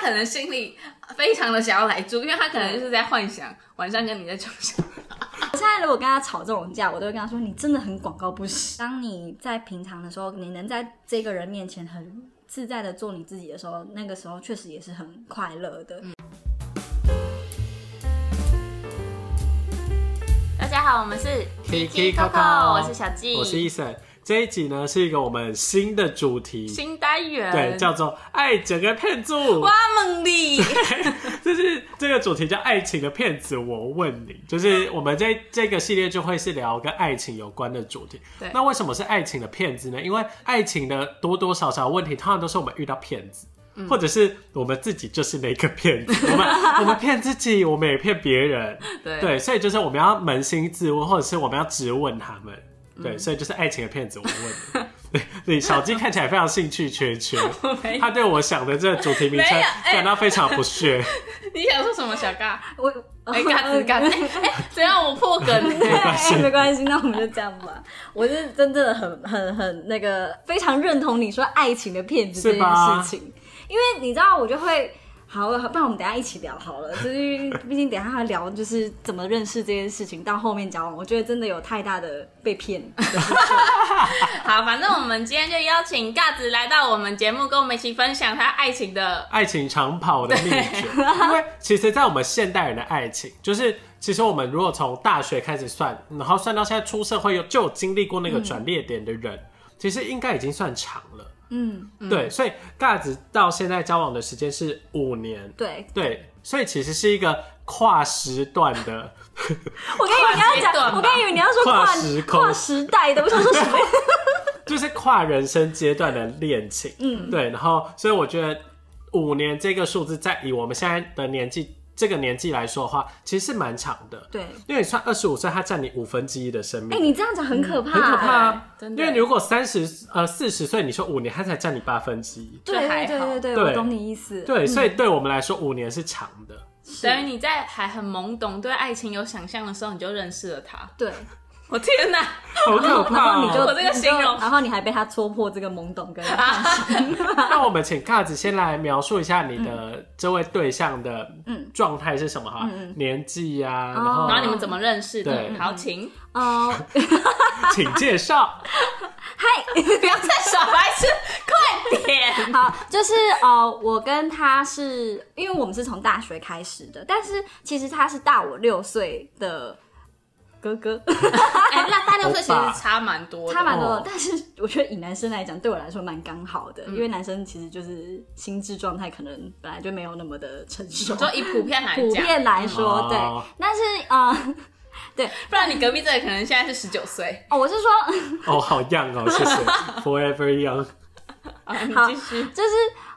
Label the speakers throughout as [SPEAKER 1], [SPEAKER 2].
[SPEAKER 1] 可能心里非常的想要来住，因为他可能就是在幻
[SPEAKER 2] 嗯
[SPEAKER 1] 想晚上跟你在床上。
[SPEAKER 3] 我现在如果跟他吵这种架，我都会跟他说：“你真的很广告不实。” 当你在平常的时候，你能在这个人面前很自在的做你自己的时候，那个时候确实也是很快乐的。
[SPEAKER 4] 大家好，我们是
[SPEAKER 2] Kiki
[SPEAKER 4] Coco，
[SPEAKER 2] Coco
[SPEAKER 4] 我是小纪，
[SPEAKER 2] 我是 Eason。这一集呢是一个我们新的主题，
[SPEAKER 1] 新单元
[SPEAKER 2] 对，叫做“爱整个骗子”。
[SPEAKER 1] 哇梦里，
[SPEAKER 2] 就是这个主题叫“爱情的骗子”。我问你，就是我们这这个系列就会是聊跟爱情有关的主题。
[SPEAKER 1] 对
[SPEAKER 2] 那为什么是爱情的骗子呢？因为爱情的多多少少问题，通常都是我们遇到骗子。
[SPEAKER 1] 嗯
[SPEAKER 2] 或者是我们自己就是那个骗子，我们我们骗自己，我们也骗别人，
[SPEAKER 1] 对
[SPEAKER 2] 对，所以就是我们要扪心自问，或者是我们要直问他们。
[SPEAKER 1] 嗯
[SPEAKER 2] 对，所以就是爱情的骗子，我问你。 对，小金看起来非常兴趣缺 缺，
[SPEAKER 1] 没有
[SPEAKER 2] 他对我想的这个主题名称
[SPEAKER 1] 没有哎
[SPEAKER 2] 感到非常不屑。
[SPEAKER 1] 你想说什么小尬？
[SPEAKER 3] 我
[SPEAKER 1] 哎，嘎子 嘎子，哎，哎怎样我破梗？
[SPEAKER 3] 哎没关系，那我们就这样吧。我是真正的很很很那个，非常认同你说爱情的骗子这
[SPEAKER 2] 是
[SPEAKER 3] 件
[SPEAKER 2] 吧
[SPEAKER 3] 事情，因为你知道我就会。好，不然我们等一下一起聊好 了。就是因为毕竟等一下要聊就是怎么认识这件事情，到后面交往，我觉得真的有太大的被骗。
[SPEAKER 4] 好，反正我们今天就邀请尬子来到我们节目，跟我们一起分享他爱情的。
[SPEAKER 2] 爱情长跑的秘诀， 因为其实，在我们现代人的爱情，就是其实我们如果从大学开始算，然后算到现在出社会有就有经历过
[SPEAKER 1] 嗯
[SPEAKER 2] 那个转捩点的人，其实应该已经算长了。
[SPEAKER 3] 嗯，
[SPEAKER 2] 对，所以大子到现在交往的时间是五年，
[SPEAKER 3] 对，
[SPEAKER 2] 对，所以其实是一个跨时段的，
[SPEAKER 3] 我刚以为你
[SPEAKER 4] 阶段
[SPEAKER 3] 要讲，
[SPEAKER 4] 吧
[SPEAKER 3] 我刚以为你要说跨
[SPEAKER 2] 跨时空
[SPEAKER 3] 跨时代的，我想 说什么？
[SPEAKER 2] 就是跨人生阶段的恋情。嗯，对，然后所以我觉得五年这个数字，在以我们现在的年纪这个年纪来说的话，其实是蛮长的。
[SPEAKER 3] 对，
[SPEAKER 2] 因为你算二十五岁，它占你五分之一的
[SPEAKER 4] 嗯
[SPEAKER 2] 生
[SPEAKER 3] 哎、
[SPEAKER 2] 命。
[SPEAKER 3] 你这样讲很可怕、欸
[SPEAKER 2] 很可怕啊！
[SPEAKER 1] 真
[SPEAKER 2] 因
[SPEAKER 1] 的
[SPEAKER 2] 为你如果三十呃四十岁，你说五年，它才占你八分之一。
[SPEAKER 3] 对
[SPEAKER 4] 这还
[SPEAKER 3] 对
[SPEAKER 4] 好
[SPEAKER 3] 对对对，
[SPEAKER 2] 对
[SPEAKER 3] 我懂你意思。
[SPEAKER 2] 对，所以对我们来说，五年是长的。
[SPEAKER 4] 等于你在还很懵懂、对爱情有想象的时候，你就认识了 他。
[SPEAKER 3] 对，
[SPEAKER 4] 我天 哪！
[SPEAKER 2] 好可
[SPEAKER 3] 然
[SPEAKER 2] 怕、
[SPEAKER 3] 后
[SPEAKER 2] 哦！
[SPEAKER 3] 你就
[SPEAKER 4] 我这个
[SPEAKER 3] 你就
[SPEAKER 4] 形容啊
[SPEAKER 3] 然后你还被他戳破这个懵懂跟
[SPEAKER 2] 那我们请卡子先来描述一下你
[SPEAKER 3] 嗯
[SPEAKER 2] 的这位对象的状态是什么哈？年纪呀、啊，然后
[SPEAKER 4] 然后你们怎么认识的？
[SPEAKER 2] 对
[SPEAKER 4] 好，请哎
[SPEAKER 3] 哦，
[SPEAKER 2] 请 介绍。
[SPEAKER 4] 不要再耍白痴， 快点！
[SPEAKER 3] 好，就是呃，我跟他是因为我们是从大学开始的，但是其实他是大我六岁的哥哥，
[SPEAKER 4] 哎，那大六岁其
[SPEAKER 2] 欧巴
[SPEAKER 4] 实差蛮多的，
[SPEAKER 3] 差蛮多的
[SPEAKER 2] 哦。嗯
[SPEAKER 3] 但是我觉得以男生来讲，对我来说蛮刚好的，因为男生其实就是心智状态可能本来就没有那么的成熟，
[SPEAKER 4] 就以普遍来
[SPEAKER 3] 普
[SPEAKER 4] 讲，
[SPEAKER 3] 遍来说，对
[SPEAKER 2] 哦。
[SPEAKER 3] 但是呃，
[SPEAKER 4] 不然你隔壁这个可能现在是十九岁。
[SPEAKER 3] 哦，我是说。
[SPEAKER 2] 哦，好 young 哦，谢谢，Forever Young。
[SPEAKER 3] 好
[SPEAKER 2] 啊
[SPEAKER 4] 好继续。
[SPEAKER 3] 就是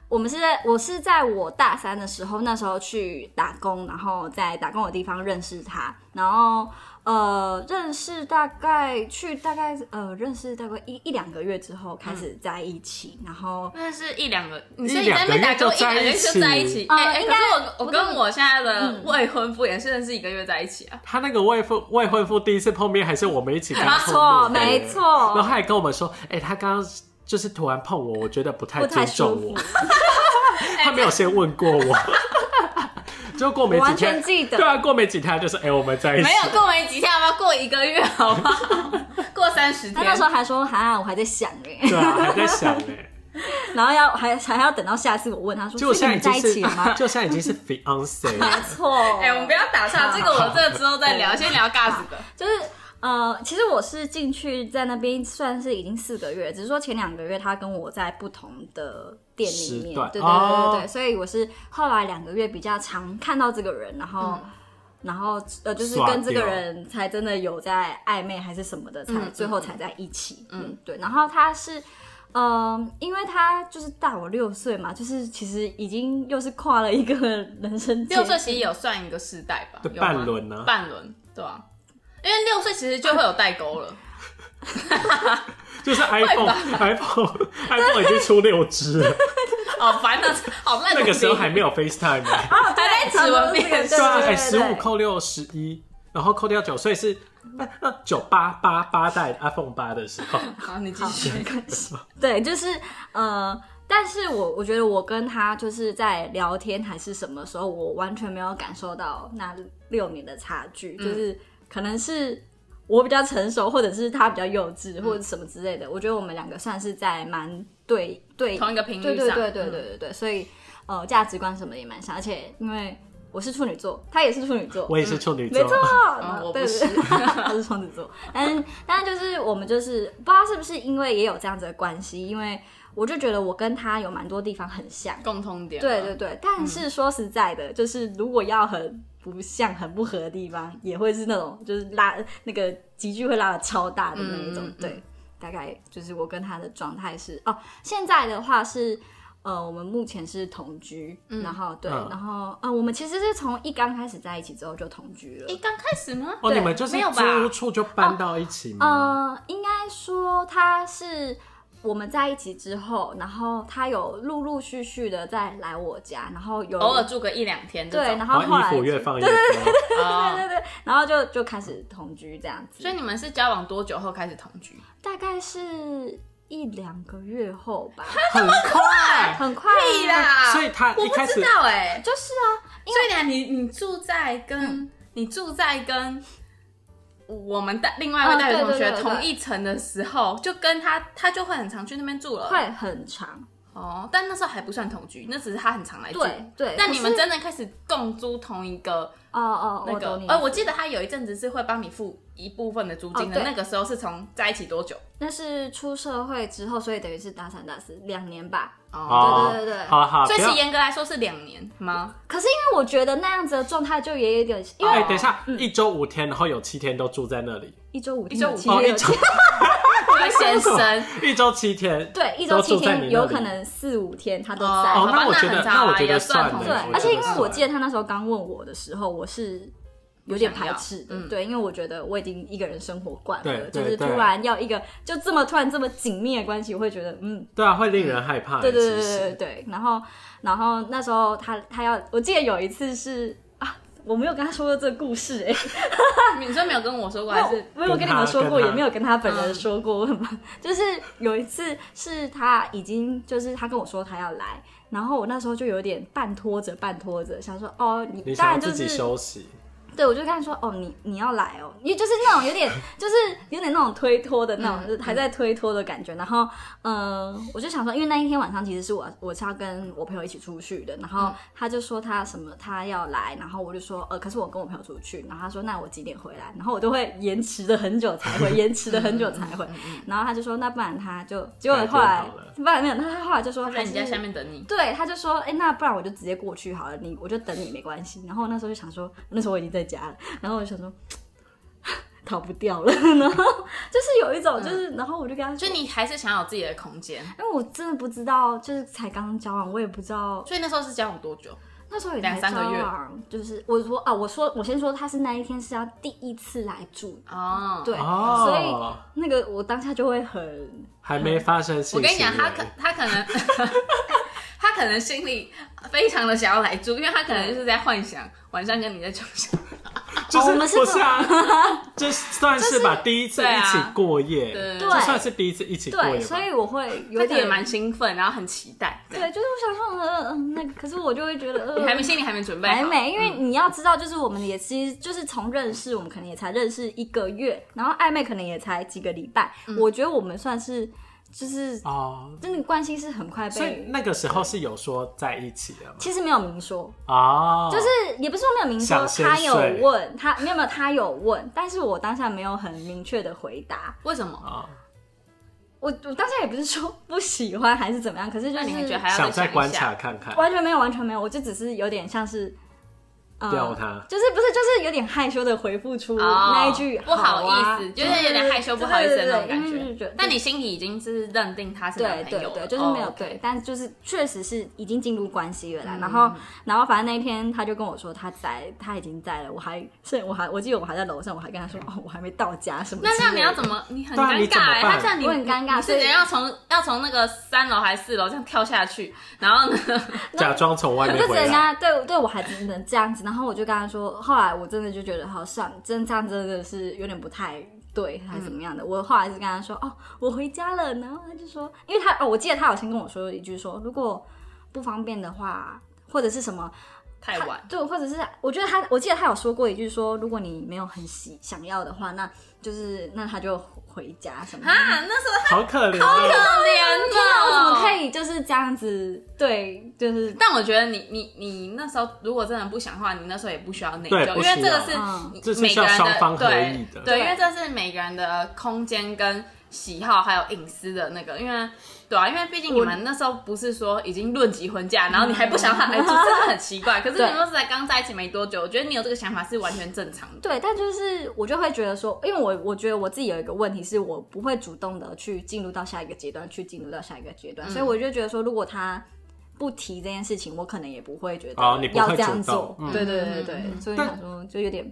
[SPEAKER 3] 我们是在我是在我大三的时候，那时候去打工，然后在打工的地方认识他，然后呃认识大概去大概呃认识大概一一两个月之后开
[SPEAKER 2] 嗯
[SPEAKER 3] 始在一起，然后
[SPEAKER 4] 那是一两个，你
[SPEAKER 2] 一
[SPEAKER 4] 是你在那边打
[SPEAKER 2] 两个
[SPEAKER 4] 工
[SPEAKER 2] 月
[SPEAKER 4] 一
[SPEAKER 2] 就
[SPEAKER 4] 两个
[SPEAKER 2] 在
[SPEAKER 4] 月就
[SPEAKER 2] 一起
[SPEAKER 4] 在一起？
[SPEAKER 3] 呃
[SPEAKER 4] 哎哎，
[SPEAKER 3] 应
[SPEAKER 4] 可
[SPEAKER 3] 该
[SPEAKER 4] 是我我
[SPEAKER 3] 我嗯
[SPEAKER 4] 跟
[SPEAKER 3] 跟
[SPEAKER 4] 我现在的未婚夫也是认识一个月在一起啊。
[SPEAKER 2] 他那个未婚未婚夫第一次碰面，还是我们一起跟他
[SPEAKER 3] 没
[SPEAKER 2] 碰
[SPEAKER 3] 错
[SPEAKER 2] 面
[SPEAKER 3] 没
[SPEAKER 2] 对
[SPEAKER 3] 错
[SPEAKER 2] 然后他还跟我们说，哎、他刚刚就是突然碰我，我觉得不太
[SPEAKER 3] 不
[SPEAKER 2] 尊
[SPEAKER 3] 太舒
[SPEAKER 2] 重
[SPEAKER 3] 服
[SPEAKER 2] 我。， 他没有先问过 我。就过没
[SPEAKER 3] 我
[SPEAKER 2] 几
[SPEAKER 3] 完
[SPEAKER 2] 天，
[SPEAKER 3] 全记得
[SPEAKER 2] 对啊，过没几天他就是哎、我们在一起。
[SPEAKER 4] 没有过没几天，要不要过一个月？好不好？ 过三十
[SPEAKER 3] 他
[SPEAKER 4] 天
[SPEAKER 3] 那时。候还说哈我还在想哎，
[SPEAKER 2] 对啊，还在想哎、
[SPEAKER 3] 然后要还还要等到下次我问他说，
[SPEAKER 2] 就
[SPEAKER 3] 所
[SPEAKER 2] 现
[SPEAKER 3] 以
[SPEAKER 2] 在
[SPEAKER 3] 你
[SPEAKER 2] 已
[SPEAKER 3] 在
[SPEAKER 2] 经
[SPEAKER 3] 一
[SPEAKER 2] 是？
[SPEAKER 3] 起了吗
[SPEAKER 2] 就现在已经是 fiance
[SPEAKER 3] 没
[SPEAKER 2] 了。
[SPEAKER 3] 错，
[SPEAKER 4] 哎、我们不要打岔，这个我这个之后再聊，先聊尬子的。
[SPEAKER 3] 就是呃，其实我是进去在那边算是已经四个月，只是说前两个月他跟我在不同的店里
[SPEAKER 2] 时
[SPEAKER 3] 面，
[SPEAKER 2] 段
[SPEAKER 3] 对对对对对，
[SPEAKER 2] 哦
[SPEAKER 3] 所以我是后来两个月比较常看到这个人，然后。然后呃，就是
[SPEAKER 2] 刷
[SPEAKER 3] 跟这个
[SPEAKER 2] 掉
[SPEAKER 3] 人才真的有在暧昧还是什么的，才、
[SPEAKER 4] 嗯
[SPEAKER 3] 最后才在一起。嗯，对。然后他是，嗯、因为他就是大我六岁嘛，就是其实已经又是跨了一个人生阶
[SPEAKER 4] 六岁其实有算一个世代吧，
[SPEAKER 2] 对
[SPEAKER 4] 有吗
[SPEAKER 2] 半轮啊
[SPEAKER 4] 半轮对吧、因为六岁其实就会有代沟了，
[SPEAKER 2] 就是 iPhone，iPhone，iPhone 已经出六只了，
[SPEAKER 4] 好烦啊，好烂的
[SPEAKER 2] 那
[SPEAKER 4] 比喻。
[SPEAKER 2] 个时候还没有 FaceTime，欸
[SPEAKER 3] 哦，对
[SPEAKER 4] 还在指纹辨识
[SPEAKER 2] 对啊，
[SPEAKER 3] 对
[SPEAKER 2] 哎，
[SPEAKER 3] 对
[SPEAKER 2] 十五扣六十一，然后扣掉九，所以是那那九八八八代 iPhone 八的时候，
[SPEAKER 4] 好，你继续。
[SPEAKER 3] 对，就是呃，但是我我觉得我跟他就是在聊天还是什么时候，我完全没有感受到那六年的差距，
[SPEAKER 4] 嗯
[SPEAKER 3] 就是可能是我比较成熟，或者是他比较幼稚，
[SPEAKER 4] 嗯
[SPEAKER 3] 或者什么之类的。我觉得我们两个算是在蛮对对
[SPEAKER 4] 同一个频率
[SPEAKER 3] 对对
[SPEAKER 4] 上嗯
[SPEAKER 3] 对对对对对，所以呃价值观什么也蛮像，而且因为我是处女座，他也是处女座，
[SPEAKER 2] 我也是处女
[SPEAKER 3] 没
[SPEAKER 2] 座，
[SPEAKER 3] 错，
[SPEAKER 4] 嗯我
[SPEAKER 3] 对
[SPEAKER 4] 不
[SPEAKER 3] 对
[SPEAKER 4] 是
[SPEAKER 3] 对 他是双子座，但是但是就是我们就是不知道是不是因为也有这样子的关系，因为我就觉得我跟他有蛮多地方很像，
[SPEAKER 4] 嗯共通点。
[SPEAKER 3] 对对，对，但
[SPEAKER 4] 嗯
[SPEAKER 3] 是说实在的，就是如果要很不像、很不合的地方，也会是那种就是拉那个集距会拉的超大的那一种，
[SPEAKER 4] 嗯嗯嗯
[SPEAKER 3] 对，大概就是我跟他的状态是哦，现在的话是。呃，我们目前是同居，然后对，
[SPEAKER 2] 嗯
[SPEAKER 3] 然后呃，我们其实是从一刚开始在一起之后就同居了
[SPEAKER 5] 一。刚开始吗？
[SPEAKER 2] 哦，
[SPEAKER 3] 对
[SPEAKER 2] 你们就是
[SPEAKER 5] 没有吧
[SPEAKER 2] 租屋处就搬到一起吗？
[SPEAKER 3] 呃，应该说他是我们在一起之后，然后他有陆陆续续的再来我家，然后有
[SPEAKER 4] 偶尔住个一两天这
[SPEAKER 3] 对，
[SPEAKER 4] 种。
[SPEAKER 3] 然后
[SPEAKER 2] 然
[SPEAKER 3] 后
[SPEAKER 2] 后衣
[SPEAKER 3] 来
[SPEAKER 2] 服越放越多，
[SPEAKER 4] 哦
[SPEAKER 3] 对对对，然后就就开始同居这样子，
[SPEAKER 4] 所以你们是交往多久后开始同居？
[SPEAKER 3] 大概是一两个月后吧，
[SPEAKER 2] 很快。
[SPEAKER 3] 很快
[SPEAKER 4] 对
[SPEAKER 3] 啊，
[SPEAKER 4] 啦，
[SPEAKER 2] 所以他
[SPEAKER 4] 我
[SPEAKER 2] 一开
[SPEAKER 4] 不知
[SPEAKER 2] 始
[SPEAKER 4] 道哎，
[SPEAKER 3] 就是啊，
[SPEAKER 4] 所以呢，你你住在跟、嗯你住在跟我们的另外一位
[SPEAKER 3] 嗯
[SPEAKER 4] 大学同
[SPEAKER 3] 对对
[SPEAKER 4] 学
[SPEAKER 3] 对对
[SPEAKER 4] 同一层的时候，就跟他他就会很常去那边住了。
[SPEAKER 3] 会很长，
[SPEAKER 4] 哦，但那时候还不算同居，那只是他很常来住。
[SPEAKER 3] 对对，
[SPEAKER 4] 但你们
[SPEAKER 3] 可是
[SPEAKER 4] 真的开始共租同一个
[SPEAKER 3] 哦哦，
[SPEAKER 4] 那
[SPEAKER 3] 我
[SPEAKER 4] 个
[SPEAKER 3] 懂，你，
[SPEAKER 4] 呃，我记得他有一阵子是会帮你付一部分的租金的。
[SPEAKER 3] 哦对
[SPEAKER 4] 那个时候是从在一起多久？
[SPEAKER 3] 那是出社会之后，所以等于是大三大四两年吧，
[SPEAKER 4] 哦，
[SPEAKER 2] 哦，
[SPEAKER 3] 对对对对
[SPEAKER 2] 好好，
[SPEAKER 4] 所以
[SPEAKER 2] 不
[SPEAKER 4] 其
[SPEAKER 2] 要
[SPEAKER 4] 实严格来说是两年吗？
[SPEAKER 3] 可是因为我觉得那样子的状态就也有点，因
[SPEAKER 2] 哎、
[SPEAKER 3] 为
[SPEAKER 2] 等一下，一周五天，然后有七天都住在那里，
[SPEAKER 3] 一周五天
[SPEAKER 4] 一周
[SPEAKER 3] 有
[SPEAKER 4] 五
[SPEAKER 3] 七
[SPEAKER 4] 天
[SPEAKER 2] 哦，
[SPEAKER 3] 天
[SPEAKER 2] 一
[SPEAKER 3] 有
[SPEAKER 2] 周
[SPEAKER 3] 七，
[SPEAKER 4] 会先生，
[SPEAKER 2] 一周七天，
[SPEAKER 3] 对，一周
[SPEAKER 2] 都
[SPEAKER 3] 七
[SPEAKER 2] 住在
[SPEAKER 3] 天，
[SPEAKER 2] 你那
[SPEAKER 3] 有
[SPEAKER 2] 里
[SPEAKER 3] 可能四五天他都
[SPEAKER 4] 哦
[SPEAKER 3] 在，
[SPEAKER 4] 好
[SPEAKER 2] 哦，
[SPEAKER 4] 吧
[SPEAKER 2] 那我
[SPEAKER 4] 那
[SPEAKER 2] 觉得
[SPEAKER 4] 很
[SPEAKER 3] 啊
[SPEAKER 4] 早
[SPEAKER 2] 我
[SPEAKER 4] 啦
[SPEAKER 2] 觉
[SPEAKER 4] 也
[SPEAKER 2] 得
[SPEAKER 4] 算
[SPEAKER 2] 了，
[SPEAKER 4] 同
[SPEAKER 3] 对
[SPEAKER 4] 居
[SPEAKER 2] 我，
[SPEAKER 3] 而且因
[SPEAKER 2] 觉
[SPEAKER 3] 为
[SPEAKER 2] 得
[SPEAKER 3] 我
[SPEAKER 2] 算
[SPEAKER 3] 记得他那时候刚问我的时候，我是有点排斥的，
[SPEAKER 4] 不想要嗯
[SPEAKER 3] 对，因为我觉得我已经一个人生活惯了，
[SPEAKER 2] 对
[SPEAKER 3] 就
[SPEAKER 2] 对
[SPEAKER 3] 是突然要一个就这么突然这么紧密的关系，我会觉得嗯，
[SPEAKER 2] 对啊，会令人害怕。
[SPEAKER 3] 对对对
[SPEAKER 2] 其
[SPEAKER 3] 对
[SPEAKER 2] 实
[SPEAKER 3] 对对。然后然后那时候他他要，我记得有一次是啊，我没有跟他说过这个故事、哎。
[SPEAKER 4] 啊你说没有跟我说过，
[SPEAKER 3] 但
[SPEAKER 4] 还是
[SPEAKER 3] 我有跟你们说过，
[SPEAKER 2] 跟他嗯
[SPEAKER 3] 也没有跟他本人说过，我很忙。 就是有一次是他已经，就是他跟我说他要来，然后我那时候就有点半拖着半拖着，想说哦，你当
[SPEAKER 2] 你想要
[SPEAKER 3] 然就
[SPEAKER 2] 自己
[SPEAKER 3] 是
[SPEAKER 2] 休息，
[SPEAKER 3] 对，我就跟他说哦，你你要来哦，因为就是那种有点 就是有点那种推脱的那种，就是还在推脱的感觉。然后嗯、呃我就想说，因为那一天晚上其实是我我是要跟我朋友一起出去的，然后他就说他什么他要来，然后我就说呃，可是我跟我朋友出去，然后他说那我几点回来，然后我都会延迟的很久才回，延迟的很久才回，然后他就说那不然他就结果
[SPEAKER 2] 改天
[SPEAKER 3] 后来
[SPEAKER 2] 好了
[SPEAKER 3] 不然没有，他他后来就说
[SPEAKER 4] 在
[SPEAKER 3] 哦还
[SPEAKER 4] 你
[SPEAKER 3] 是
[SPEAKER 4] 家下面等你？
[SPEAKER 3] 对，他就说，哎、那不然我就直接过去好了，你我就等你没关系。然后那时候就想说，那时候我已经在家了，然后我就想说，逃不掉了， 然后就是有一种就是，然后我就跟他说，
[SPEAKER 4] 嗯就你还是想要有自己的空间，
[SPEAKER 3] 因为我真的不知道，就是才刚交往，我也不知道
[SPEAKER 4] 所以那时候是交往多久？
[SPEAKER 3] 那时候也
[SPEAKER 4] 两
[SPEAKER 3] 才
[SPEAKER 4] 三个
[SPEAKER 3] 交
[SPEAKER 4] 月
[SPEAKER 3] 往，就是我说啊，我说我先说他是那一天是要第一次来住，
[SPEAKER 4] 哦，
[SPEAKER 3] 对，所以
[SPEAKER 2] 哦，
[SPEAKER 3] 那个我当下就会很
[SPEAKER 2] 还没发生性行
[SPEAKER 4] 我
[SPEAKER 2] 为。
[SPEAKER 4] 跟你讲，他可他可能 他可能心里非常的想要来住，因为他可能就是在幻想晚上跟你在床上。
[SPEAKER 2] 就
[SPEAKER 3] 哦我们是
[SPEAKER 2] 不是啊？这算是吧，第一次
[SPEAKER 4] 对
[SPEAKER 2] 一
[SPEAKER 4] 啊
[SPEAKER 2] 起过夜，
[SPEAKER 4] 对
[SPEAKER 2] 这算是第一次一起过夜
[SPEAKER 3] 对，
[SPEAKER 2] 吧。
[SPEAKER 3] 所以我会有
[SPEAKER 4] 他可能
[SPEAKER 3] 点
[SPEAKER 4] 蛮兴奋，然后很期待。这样
[SPEAKER 3] 对，就是我想说，呃，嗯那个，可是我就会觉得，呃，
[SPEAKER 4] 你还没心里还没准备好，
[SPEAKER 3] 还没，因为你要知道，就是我们也其实就是从认识，我们可能也才认识一个月，然后暧昧可能也才几个礼拜。我觉得我们算是就是
[SPEAKER 2] 哦，
[SPEAKER 3] 真的关系是很快
[SPEAKER 2] 所以
[SPEAKER 3] 被，
[SPEAKER 2] 那个时候是有说在一起的嘛？
[SPEAKER 3] 其实没有明说，
[SPEAKER 2] 哦，
[SPEAKER 3] 就是也不是说没有明说，
[SPEAKER 2] 想先
[SPEAKER 3] 他有
[SPEAKER 2] 睡
[SPEAKER 3] 问他没有没有他有问，但是我当下没有很明确的回答。
[SPEAKER 4] 为什么？
[SPEAKER 2] 啊，
[SPEAKER 3] 我我当下也不是说不喜欢还是怎么样，可是就
[SPEAKER 4] 那
[SPEAKER 3] 是
[SPEAKER 4] 你还觉得还要
[SPEAKER 2] 哦想
[SPEAKER 4] 再
[SPEAKER 2] 再
[SPEAKER 4] 一下
[SPEAKER 2] 观察看看，
[SPEAKER 3] 完全没有完全没有，我就只是有点像是。呃
[SPEAKER 2] 吊他
[SPEAKER 3] 就是不是就是有点害羞的回复出
[SPEAKER 4] 哦
[SPEAKER 3] 那一句、
[SPEAKER 4] 不好
[SPEAKER 3] 啊
[SPEAKER 4] 意思，就是有点害羞、
[SPEAKER 3] 对
[SPEAKER 4] 不好意思的那种
[SPEAKER 3] 对对对因为就
[SPEAKER 4] 感
[SPEAKER 3] 是
[SPEAKER 4] 觉
[SPEAKER 3] 觉得。
[SPEAKER 4] 但你心里已经是认定他是男
[SPEAKER 3] 对
[SPEAKER 4] 朋
[SPEAKER 3] 对
[SPEAKER 4] 友了，
[SPEAKER 3] 对，就是没有、
[SPEAKER 4] 哦嗯
[SPEAKER 3] 对，但就是确实是已经进入关系了啦。然后，然后反正那一天他就跟我说他在，他已经在了。我还是我还我记得我还在楼上，我还跟他说哦，我还没到家什么之
[SPEAKER 4] 那
[SPEAKER 3] 类的。
[SPEAKER 4] 这样你要怎么？你很
[SPEAKER 2] 对啊
[SPEAKER 4] 尴
[SPEAKER 2] 你怎
[SPEAKER 4] 尬
[SPEAKER 2] 么
[SPEAKER 4] 哎、
[SPEAKER 2] 办
[SPEAKER 4] 他叫你，
[SPEAKER 3] 我很尴尬
[SPEAKER 4] 你是
[SPEAKER 3] 所以
[SPEAKER 4] 等下要从要从那个三楼还是四楼这样跳下去，然后呢？
[SPEAKER 2] 假装从外
[SPEAKER 3] 我
[SPEAKER 2] 面
[SPEAKER 3] 就只能
[SPEAKER 2] 回
[SPEAKER 3] 跟
[SPEAKER 2] 来。
[SPEAKER 3] 他对对，我还只能这样子。然后我就跟他说，后来我真的就觉得好像真这样真的是有点不太对还是
[SPEAKER 4] 嗯
[SPEAKER 3] 怎么样的。我后来是跟他说哦，我回家了，然后他就说，因为他哦，我记得他有先跟我说一句说，如果不方便的话，或者是什么。
[SPEAKER 4] 太晚。
[SPEAKER 3] 对，或者是我觉得他，我记得他有说过一句说，如果你没有很喜想要的话，那就是那他就回家什么的。
[SPEAKER 4] 啊，那时候
[SPEAKER 2] 好可怜哦。
[SPEAKER 4] 好怜
[SPEAKER 3] 天啊，我怎么
[SPEAKER 4] 哦。
[SPEAKER 3] 可以就是这样子？对，就是
[SPEAKER 1] 但我觉得你你你那时候如果真的不想的话，你那时候也不需要内
[SPEAKER 2] 对
[SPEAKER 1] 疚，
[SPEAKER 2] 不
[SPEAKER 1] 因
[SPEAKER 2] 需要
[SPEAKER 1] 为这个
[SPEAKER 3] 嗯
[SPEAKER 2] 这
[SPEAKER 1] 是
[SPEAKER 2] 是
[SPEAKER 1] 每个人
[SPEAKER 2] 需要双
[SPEAKER 1] 的
[SPEAKER 2] 方合
[SPEAKER 1] 对
[SPEAKER 2] 意的
[SPEAKER 1] 对，
[SPEAKER 3] 对
[SPEAKER 1] 因为这是每个人的空间跟喜好还有隐私的那个，因为对啊，因为毕竟你们那时候不是说已经论及婚嫁，然后你还不想 要来住，真的很奇怪。可是你
[SPEAKER 3] 对
[SPEAKER 1] 们那时候才刚在一起没多久，我觉得你有这个想法是完全正常的。
[SPEAKER 3] 对，但就是我就会觉得说，因为我我觉得我自己有一个问题，是我不会主动的去进入到下一个阶段，去进入到下一个阶段，所以
[SPEAKER 2] 嗯
[SPEAKER 3] 我就觉得说，如果他不提这件事情，我可能也不会觉得
[SPEAKER 2] 哦你不
[SPEAKER 3] 要
[SPEAKER 2] 会
[SPEAKER 3] 这样
[SPEAKER 2] 主
[SPEAKER 3] 做
[SPEAKER 2] 动。嗯
[SPEAKER 3] 对对对对对，所以
[SPEAKER 2] 但
[SPEAKER 3] 想说就有点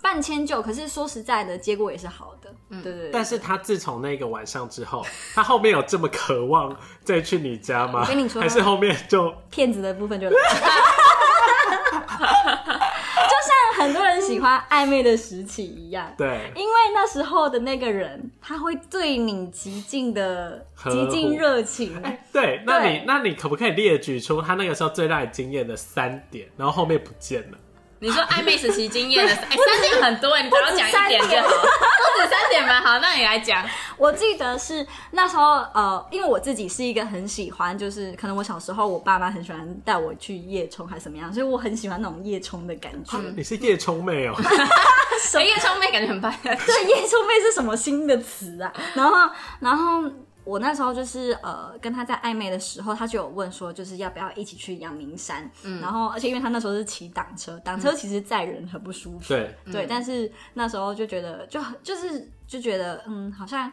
[SPEAKER 3] 半迁就，可是说实在的，结果也是好的。
[SPEAKER 2] 嗯
[SPEAKER 3] 对对对。
[SPEAKER 2] 但是他自从那个晚上之后，他后面有这么渴望再去你家吗？
[SPEAKER 3] 我跟你说啊
[SPEAKER 2] 还是后面就
[SPEAKER 3] 骗子的部分就来了。 就像很多人喜欢暧昧的时期一样，
[SPEAKER 2] 对
[SPEAKER 3] 因为那时候的那个人，他会对你极尽的
[SPEAKER 2] 呵哎护
[SPEAKER 3] 极尽热情。
[SPEAKER 2] 对？那你那你可不可以列举出他那个时候最让你惊艳的三点，然后后面不见了？
[SPEAKER 1] 你 说暧昧时期经验的，哎、三点很多，你只要讲一点
[SPEAKER 3] 不
[SPEAKER 1] 就
[SPEAKER 3] 止三点
[SPEAKER 1] 好，不止三点吧？好，那你来讲。
[SPEAKER 3] 我记得是那时候，呃，因为我自己是一个很喜欢，就是可能我小时候我爸妈很喜欢带我去夜冲还是怎么样，所以我很喜欢那种夜冲的感觉。
[SPEAKER 2] 你是夜冲 妹哦、
[SPEAKER 1] 谁叶聪妹感觉很白，
[SPEAKER 3] 对，夜冲妹是什么新的词啊？然后，然后我那时候就是呃，跟他在暧昧的时候，他就有问说，就是要不要一起去阳明山？
[SPEAKER 2] 嗯
[SPEAKER 3] 然后，而且因为他那时候是骑挡车，挡车其实载人很不舒服。
[SPEAKER 2] 对，
[SPEAKER 3] 对，
[SPEAKER 1] 嗯
[SPEAKER 3] 但是那时候就觉得，就就是就觉得，嗯，好像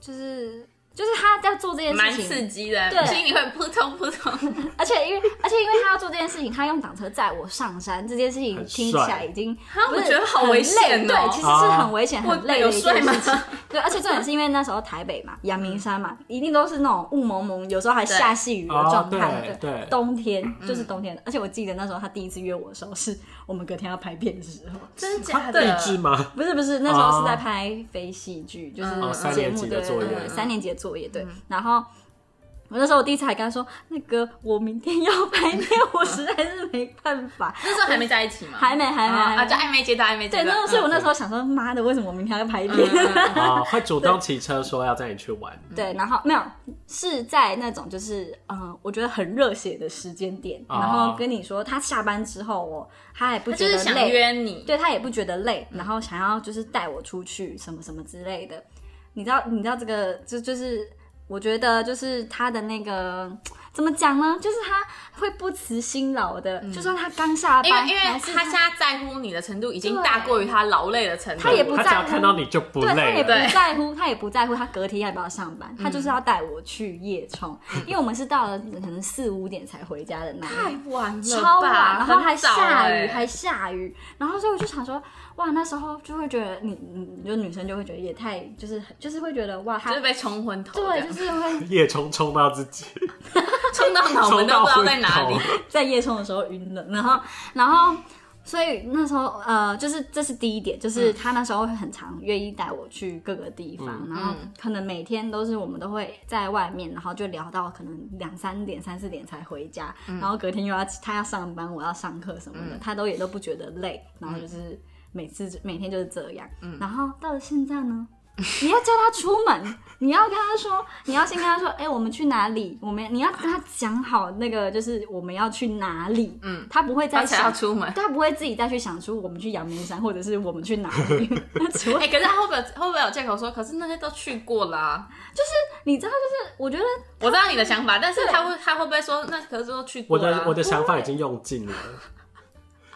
[SPEAKER 3] 就是就是他在做这件
[SPEAKER 1] 蛮
[SPEAKER 3] 事
[SPEAKER 1] 刺
[SPEAKER 3] 情，
[SPEAKER 1] 激的，
[SPEAKER 3] 对
[SPEAKER 1] 心里会扑通扑 通。
[SPEAKER 3] 而且因为而且因为他要做这件事情，他用挡车载我上山这件事情，
[SPEAKER 2] 很
[SPEAKER 3] 听起
[SPEAKER 2] 帅啊
[SPEAKER 3] 来已经
[SPEAKER 1] 我
[SPEAKER 3] 不是
[SPEAKER 1] 觉得好
[SPEAKER 3] 很
[SPEAKER 1] 危
[SPEAKER 3] 累
[SPEAKER 1] 险哦
[SPEAKER 3] 对，其实是很危险、
[SPEAKER 1] 我
[SPEAKER 3] 很累
[SPEAKER 1] 有
[SPEAKER 3] 的一
[SPEAKER 1] 帅
[SPEAKER 3] 件
[SPEAKER 1] 吗
[SPEAKER 3] 事情。对，而且重点是因为那时候台北嘛，阳明山嘛，一定都是那种雾蒙蒙，有时候还下细雨的状态。
[SPEAKER 2] 哦对对
[SPEAKER 3] 冬天
[SPEAKER 1] 嗯
[SPEAKER 3] 就是冬天。而且我记得那时候他第一次约我的时候，是我们隔天要拍片的时候。
[SPEAKER 1] 真假
[SPEAKER 2] 他
[SPEAKER 1] 的？
[SPEAKER 2] 励志吗？
[SPEAKER 3] 不是不是，那时候是在拍非戏剧，
[SPEAKER 1] 嗯
[SPEAKER 3] 就是
[SPEAKER 2] 哦三
[SPEAKER 3] 节
[SPEAKER 2] 年
[SPEAKER 3] 目
[SPEAKER 2] 级的
[SPEAKER 3] 对
[SPEAKER 2] 作业嗯
[SPEAKER 3] 对对三年级的作业对。然后我那时候我第一次还跟他说，那个我明天要拍片，我实在是没办法，
[SPEAKER 1] 那时候还没在一起吗？
[SPEAKER 3] 还没还没
[SPEAKER 1] 啊
[SPEAKER 3] 还
[SPEAKER 1] 啊，
[SPEAKER 3] 没
[SPEAKER 1] 就暧昧阶段，暧昧
[SPEAKER 3] 对，
[SPEAKER 1] 阶段。嗯
[SPEAKER 3] 那时候所以我那时候想说，妈的，为什么我明天要拍片？
[SPEAKER 2] 啊、会主动骑车说要带你去玩，
[SPEAKER 3] 对，然后没有是在那种就是嗯、呃我觉得很热血的时间点，
[SPEAKER 2] 哦
[SPEAKER 3] 然后跟你说他下班之后我他也不
[SPEAKER 1] 他
[SPEAKER 3] 觉
[SPEAKER 1] 就
[SPEAKER 3] 得
[SPEAKER 1] 是
[SPEAKER 3] 累，
[SPEAKER 1] 想约你，
[SPEAKER 3] 对他也不觉得累，
[SPEAKER 1] 嗯
[SPEAKER 3] 然后想要就是带我出去什么什么之类的。你知道，你知道这个就就是，我觉得就是他的那个怎么讲呢？就是他会不辞辛劳的，就算他刚下
[SPEAKER 1] 因为
[SPEAKER 3] 班，
[SPEAKER 1] 嗯因为
[SPEAKER 3] 还是
[SPEAKER 1] 他现在在乎你的程度已经
[SPEAKER 3] 对
[SPEAKER 1] 大过于他劳累的程度。
[SPEAKER 3] 他也不
[SPEAKER 2] 他只
[SPEAKER 3] 在
[SPEAKER 2] 要
[SPEAKER 3] 乎
[SPEAKER 2] 看到你就不
[SPEAKER 3] 对他
[SPEAKER 2] 累
[SPEAKER 3] 也不
[SPEAKER 2] 了。
[SPEAKER 3] 在乎，他也不在乎他隔天要不要上班，他
[SPEAKER 1] 嗯
[SPEAKER 3] 就是要带我去夜冲，因为我们是到了可能四五点才回家的那一种
[SPEAKER 1] 太晚了吧，
[SPEAKER 3] 超晚，然后还
[SPEAKER 1] 很早
[SPEAKER 3] 下雨，
[SPEAKER 1] 欸
[SPEAKER 3] 还下雨，然后所以我就想说，哇，那时候就会觉得你，你你就女生就会觉得也太，就是就是会觉得哇，
[SPEAKER 1] 就
[SPEAKER 3] 他
[SPEAKER 1] 是被冲昏头，
[SPEAKER 3] 对，就是会
[SPEAKER 2] 夜冲冲到自 己，
[SPEAKER 1] 冲到脑
[SPEAKER 2] 冲
[SPEAKER 1] 门都
[SPEAKER 2] 到
[SPEAKER 1] 不知道
[SPEAKER 2] 昏
[SPEAKER 1] 在哪
[SPEAKER 2] 头
[SPEAKER 1] 里。。
[SPEAKER 3] 在夜冲的时候晕了，然后然后所以那时候呃，就是这是第一点，
[SPEAKER 1] 嗯
[SPEAKER 3] 就是他那时候会很常愿意带我去各个地方，然后
[SPEAKER 1] 嗯
[SPEAKER 3] 可能每天都是我们都会在外面，然后就聊到可能两三点、三四点才回家，
[SPEAKER 1] 嗯
[SPEAKER 3] 然后隔天又要他要上班，我要上课什么的，他都也都不觉得累，然后
[SPEAKER 1] 嗯
[SPEAKER 3] 就是每次每天就是这样，然后到了现在呢。你要叫他出门， 你要跟他说，你要先跟他说，哎、我们去哪里？我们你要跟他讲好那个，就是我们要去哪里。嗯，他不会再
[SPEAKER 1] 他才要
[SPEAKER 3] 想
[SPEAKER 1] 出门，
[SPEAKER 3] 他不会自己再去想出我们去阳明山，或者是我们去哪 里。除了
[SPEAKER 1] 哎、可是他会不会会不会有借口说？可是那些都去过啦、
[SPEAKER 3] 你知道，就是我觉得
[SPEAKER 1] 我知道你的想法，但是他会他会不会说？那可是都去
[SPEAKER 2] 我
[SPEAKER 1] 过
[SPEAKER 3] 啊
[SPEAKER 1] 啦、
[SPEAKER 2] 的我的想法已经用尽了，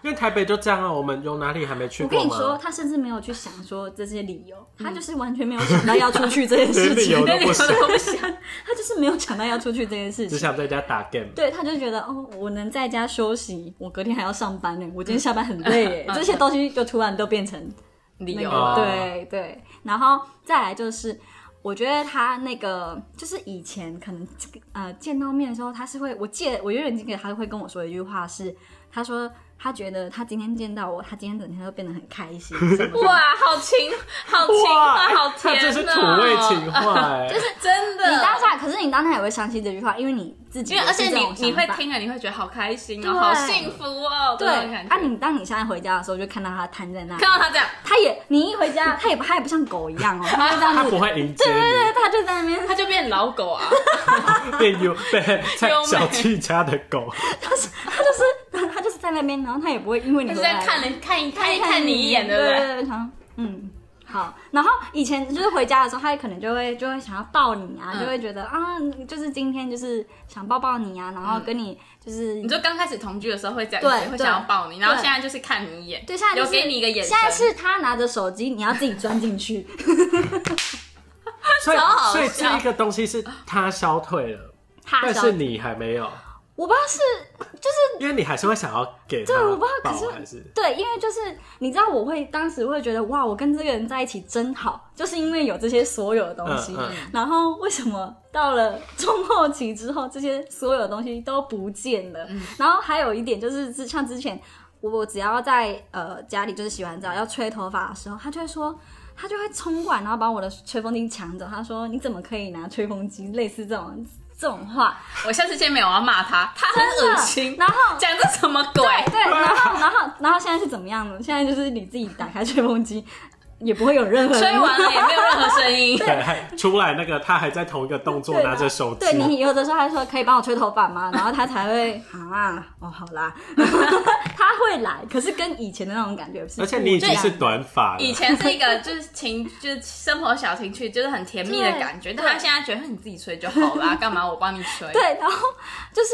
[SPEAKER 2] 因为台北就这样啊，我们有哪里还没去
[SPEAKER 3] 我跟
[SPEAKER 2] 过
[SPEAKER 3] 你说，
[SPEAKER 2] 吗？嗯
[SPEAKER 3] 他甚至没有去想说这些理由，他就是完全没有想到要出去这件事
[SPEAKER 2] 连理
[SPEAKER 3] 情
[SPEAKER 2] 由，都
[SPEAKER 1] 连理
[SPEAKER 2] 不
[SPEAKER 1] 由
[SPEAKER 2] 想
[SPEAKER 1] 都不想，
[SPEAKER 3] 他就是没有想到要出去这件事情。
[SPEAKER 2] 只想在家打 game。
[SPEAKER 3] 对，他就觉得哦，我能在家休息，我隔天还要上班欸呢，我
[SPEAKER 2] 嗯
[SPEAKER 3] 今天下班很累欸耶，这些东西就突然都变成
[SPEAKER 1] 理
[SPEAKER 3] 那
[SPEAKER 1] 由
[SPEAKER 3] 个
[SPEAKER 1] 啊。
[SPEAKER 3] 对对，然后再来就是，我觉得他那个就是以前可能呃见到面的时候，他是会，我记得我永远记得他会跟我说一句话是，他说他觉得他今天见到我，他今天整天都变得很开心，什么的
[SPEAKER 4] 哇，好情，好情话，好
[SPEAKER 2] 哎他
[SPEAKER 4] 甜
[SPEAKER 2] 这是土
[SPEAKER 4] 哦
[SPEAKER 2] 味情话哎、
[SPEAKER 4] 真的。
[SPEAKER 3] 你当下，可是你当下也会相信这句话，因为你自己
[SPEAKER 4] 因
[SPEAKER 3] 也
[SPEAKER 4] 为
[SPEAKER 3] 是
[SPEAKER 4] 而且
[SPEAKER 3] 这
[SPEAKER 4] 你
[SPEAKER 3] 种
[SPEAKER 4] 你
[SPEAKER 3] 想
[SPEAKER 4] 会
[SPEAKER 3] 法
[SPEAKER 4] 听了，你会觉得好开心哦，
[SPEAKER 3] 对
[SPEAKER 4] 好幸福哦，
[SPEAKER 3] 对
[SPEAKER 4] 这种感觉。
[SPEAKER 3] 啊，你当你现在回家的时候，就看到他瘫在那里，
[SPEAKER 4] 看到他这样，
[SPEAKER 3] 他也你一回家，他也他也不像狗一样哦， 他就这
[SPEAKER 2] 他
[SPEAKER 3] 样
[SPEAKER 2] 不
[SPEAKER 3] 子，
[SPEAKER 2] 会迎接
[SPEAKER 3] 对，他就在那边，
[SPEAKER 4] 他就变老狗啊，
[SPEAKER 2] 你，变优变在
[SPEAKER 4] 优美
[SPEAKER 2] 小气家的狗，
[SPEAKER 3] 他就是他就是在那边，然后他也不会因 为你
[SPEAKER 4] 他
[SPEAKER 3] 回
[SPEAKER 4] 就
[SPEAKER 3] 来
[SPEAKER 4] 在看人看一看一
[SPEAKER 3] 看
[SPEAKER 4] 看你一眼，对不
[SPEAKER 3] 对？
[SPEAKER 4] 对？
[SPEAKER 3] 对对，想嗯。好，然后以前就是回家的时候，他也可能就会就会想要抱你啊，
[SPEAKER 4] 嗯
[SPEAKER 3] 就会觉得啊，就是今天就是想抱抱你啊，然后跟你就是、
[SPEAKER 4] 你就刚开始同居的时候会这样，
[SPEAKER 3] 对
[SPEAKER 4] 会想要抱你，
[SPEAKER 3] 对
[SPEAKER 4] 然后现在就是看你一眼，
[SPEAKER 3] 对，现在就
[SPEAKER 4] 有
[SPEAKER 3] 是
[SPEAKER 4] 给你一个眼神，
[SPEAKER 3] 现在是他拿着手机，你要自己钻进去。
[SPEAKER 2] 所以
[SPEAKER 4] 超好笑
[SPEAKER 2] 所以这一个东西是他消退了，
[SPEAKER 3] 他
[SPEAKER 2] 但
[SPEAKER 3] 小
[SPEAKER 2] 是你还没有，
[SPEAKER 3] 我不知道是就是
[SPEAKER 2] 因为你还是会想要给他
[SPEAKER 3] 对，我不知道，
[SPEAKER 2] 抱
[SPEAKER 3] 可是
[SPEAKER 2] 还是
[SPEAKER 3] 对，因为就是你知道，我会当时会觉得哇，我跟这个人在一起真好，就是因为有这些所有的东西。
[SPEAKER 2] 嗯嗯
[SPEAKER 3] 然后为什么到了中后期之后，这些所有的东西都不见了？然后还有一点就是，之像之前我我只要在呃家里就是洗完澡要吹头发的时候，他就会说。他就会冲过来，然后把我的吹风机抢走。他说：“你怎么可以拿吹风机？”类似这种这种话，
[SPEAKER 4] 我下次见面我要骂他，他很
[SPEAKER 3] 真
[SPEAKER 4] 恶
[SPEAKER 3] 的
[SPEAKER 4] 心，
[SPEAKER 3] 然后
[SPEAKER 4] 讲这什么鬼？
[SPEAKER 3] 哎 对，然后然后然后现在是怎么样呢？现在就是你自己打开吹风机，也不会有任何
[SPEAKER 4] 吹完了也没有任何声音，
[SPEAKER 2] 对，还出来那个他还在同一个动作
[SPEAKER 3] 对
[SPEAKER 2] 拿着手
[SPEAKER 3] 对
[SPEAKER 2] 机，
[SPEAKER 3] 你有的时候还说可以帮我吹头发吗？然后他才会 啊，哦好啦， 他会来，可是跟以前的那种感觉是不一样的，
[SPEAKER 2] 而且你已经是短发
[SPEAKER 4] 以
[SPEAKER 2] 了，
[SPEAKER 4] 前是一个就是情，就是生活小情趣，就是很甜蜜的感觉。
[SPEAKER 3] 对
[SPEAKER 4] 但他现在觉得你自己吹就好啦，干嘛我帮你吹？
[SPEAKER 3] 对，然后就是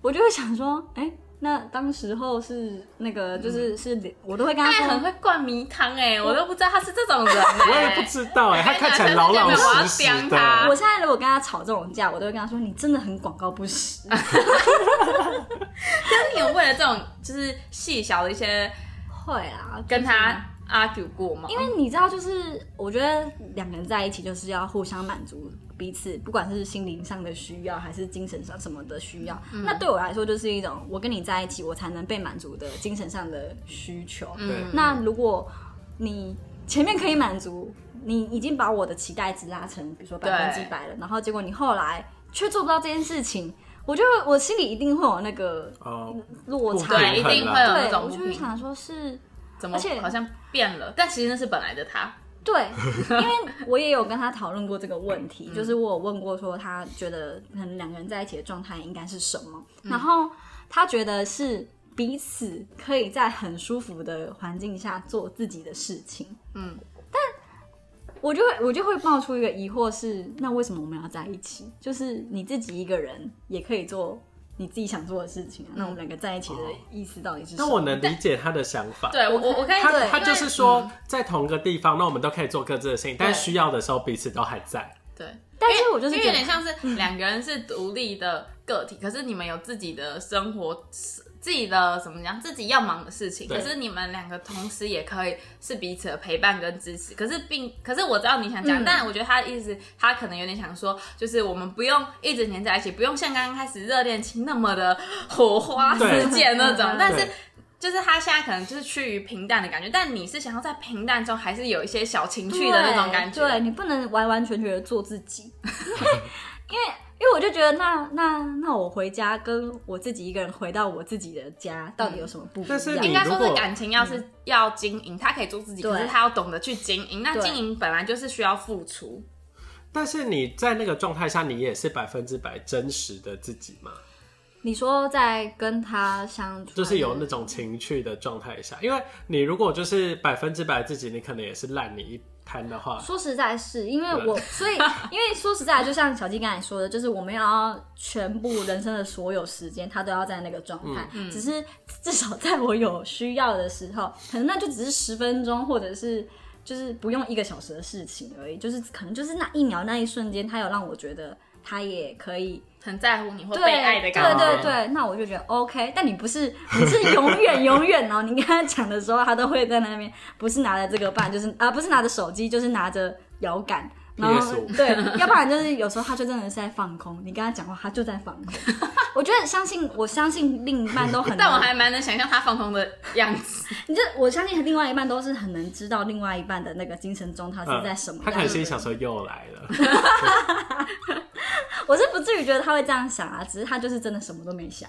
[SPEAKER 3] 我就会想说，哎、那当时候是那个就是是我都会跟他
[SPEAKER 4] 他也
[SPEAKER 3] 说
[SPEAKER 4] 很会灌迷汤哎、我都不知道他是这种人
[SPEAKER 2] 我也
[SPEAKER 4] 哎、
[SPEAKER 2] 不知道哎，他看起来老老实实
[SPEAKER 4] 我要刁
[SPEAKER 3] 我
[SPEAKER 2] 的，
[SPEAKER 3] 现在如果跟他吵这种架，我都会跟他说：“你真的很广告不实。
[SPEAKER 4] 那你有为了这种就是细小的一些”
[SPEAKER 3] 会啊，
[SPEAKER 4] 跟
[SPEAKER 3] 就是
[SPEAKER 4] 他 argue 过吗？
[SPEAKER 3] 因为你知道，就是我觉得两个人在一起就是要互相满足彼此，不管是心灵上的需要还是精神上什么的需要。
[SPEAKER 4] 嗯
[SPEAKER 3] 那对我来说，就是一种我跟你在一起，我才能被满足的精神上的需求。
[SPEAKER 4] 嗯
[SPEAKER 2] 对
[SPEAKER 3] 那如果你前面可以满足，你已经把我的期待值拉成比如说百分之百了，然后结果你后来却做不到这件事情，我就会我心里一定会有那个
[SPEAKER 2] 哦，
[SPEAKER 3] 落差。
[SPEAKER 2] 不平衡
[SPEAKER 4] 对，一定会有那
[SPEAKER 3] 对，
[SPEAKER 4] 种
[SPEAKER 3] 我
[SPEAKER 4] 不
[SPEAKER 3] 就会
[SPEAKER 4] 平衡。
[SPEAKER 3] 想说是。
[SPEAKER 4] 怎么
[SPEAKER 3] 而且
[SPEAKER 4] 好像变了？但其实那是本来的他。
[SPEAKER 3] 对，因为我也有跟他讨论过这个问题，就是我有问过说他觉得可能两个人在一起的状态应该是什么，然后他觉得是彼此可以在很舒服的环境下做自己的事情，
[SPEAKER 4] 嗯，
[SPEAKER 3] 但我就会我就会冒出一个疑惑是，那为什么我们要在一起？就是你自己一个人也可以做。你自己想做的事情、啊，那我们两个在一起的意思到底是什么？
[SPEAKER 2] 但我能理解他的想法，
[SPEAKER 4] 对我，我我可以
[SPEAKER 2] 他
[SPEAKER 3] 对嗯
[SPEAKER 2] 他
[SPEAKER 4] 因为
[SPEAKER 2] 就是说，在同个地方，那我们都可以做各自的事情，但需要的时候彼此都还在。
[SPEAKER 4] 对，
[SPEAKER 3] 但是
[SPEAKER 4] 因为
[SPEAKER 3] 我就是
[SPEAKER 4] 因为
[SPEAKER 3] 觉
[SPEAKER 4] 有
[SPEAKER 3] 得
[SPEAKER 4] 点
[SPEAKER 3] 嗯
[SPEAKER 4] 像是两个人是独立的个体，可是你们有自己的生活，自己的怎么讲，自己要忙的事情。
[SPEAKER 2] 对
[SPEAKER 4] 可是你们两个同时也可以是彼此的陪伴跟支持。可是并，可是我知道你想讲，
[SPEAKER 3] 嗯
[SPEAKER 4] 但我觉得他的意思，他可能有点想说，就是我们不用一直黏在一起，不用像刚刚开始热恋期那么的火花
[SPEAKER 2] 对
[SPEAKER 4] 四溅那种
[SPEAKER 3] 嗯，
[SPEAKER 4] 但是
[SPEAKER 2] 对。
[SPEAKER 4] 就是他现在可能就是趋于平淡的感觉，但你是想要在平淡中还是有一些小情趣的那种感觉，
[SPEAKER 3] 对对你不能完完全全的做自己， 因为因为我就觉得那那那我回家跟我自己一个人回到我自己的家，到底有什么不一样？
[SPEAKER 2] 但是
[SPEAKER 4] 应
[SPEAKER 2] 你
[SPEAKER 4] 该说
[SPEAKER 2] 如
[SPEAKER 4] 是
[SPEAKER 2] 果
[SPEAKER 4] 感情要是要经营，他可以做自己，
[SPEAKER 3] 嗯对
[SPEAKER 4] 可是他要懂得去经营。那
[SPEAKER 3] 对
[SPEAKER 4] 经营本来就是需要付出，
[SPEAKER 2] 但是你在那个状态下，你也是百分之百真实的自己嘛，
[SPEAKER 3] 你说在跟他相处，啊
[SPEAKER 2] 就是有那种情趣的状态下，因为你如果就是百分之百自己，你可能也是烂泥一滩的话，
[SPEAKER 3] 说实在是，因为我所以因为说实在，就像小鸡刚才说的，就是我们要全部人生的所有时间，他都要在那个状态。只是至少在我有需要的时候，可能那就只是十分钟，或者是就是不用一个小时的事情而已。就是可能就是那一秒那一瞬间，他有让我觉得他也可以
[SPEAKER 4] 很在乎你或
[SPEAKER 3] 对
[SPEAKER 4] 被爱的感觉。
[SPEAKER 3] 对对对，那我就觉得 OK。但你不是，你是永远永远哦。你跟他讲的时候，他都会在那边，不是拿着这个办，就是啊、不是拿着手机，就是拿着摇杆。然后
[SPEAKER 2] PS5
[SPEAKER 3] 对，要不然就是有时候他就真的是在放空。你跟他讲话，他就在放空。我觉得相信，我相信另一半都 很，
[SPEAKER 4] 但我还蛮能想象他放空的样子。
[SPEAKER 3] 你就我相信另外一半都是很能知道另外一半的那个精神状态是在什么
[SPEAKER 2] 嗯
[SPEAKER 3] 嗯
[SPEAKER 2] 他可
[SPEAKER 3] 样
[SPEAKER 2] 能
[SPEAKER 3] 子。
[SPEAKER 2] 心里想说又来了，
[SPEAKER 3] 我是不至于觉得他会这样想啊，只是他就是真的什么都没想，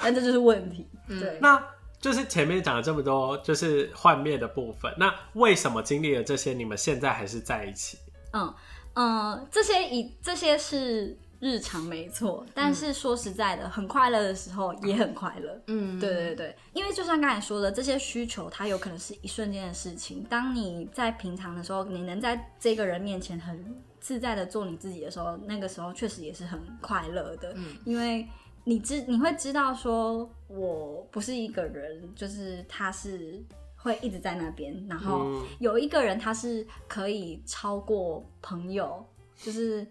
[SPEAKER 3] 但这就是问题。
[SPEAKER 4] 嗯
[SPEAKER 3] 对，
[SPEAKER 2] 那就是前面讲了这么多，就是幻灭的部分。那为什么经历了这些，你们现在还是在一起？
[SPEAKER 3] 嗯嗯，这些以这些是日常没错，但是说实在的，很快乐的时候也很快乐。
[SPEAKER 4] 嗯，
[SPEAKER 3] 对对对，因为就像刚才说的，这些需求它有可能是一瞬间的事情。当你在平常的时候，你能在这个人面前很自在的做你自己的时候，那个时候确实也是很快乐的，因为你知你会知道说，我不是一个人，就是他是会一直在那边，然后
[SPEAKER 2] 嗯
[SPEAKER 3] 有一个人他是可以超过朋友，就是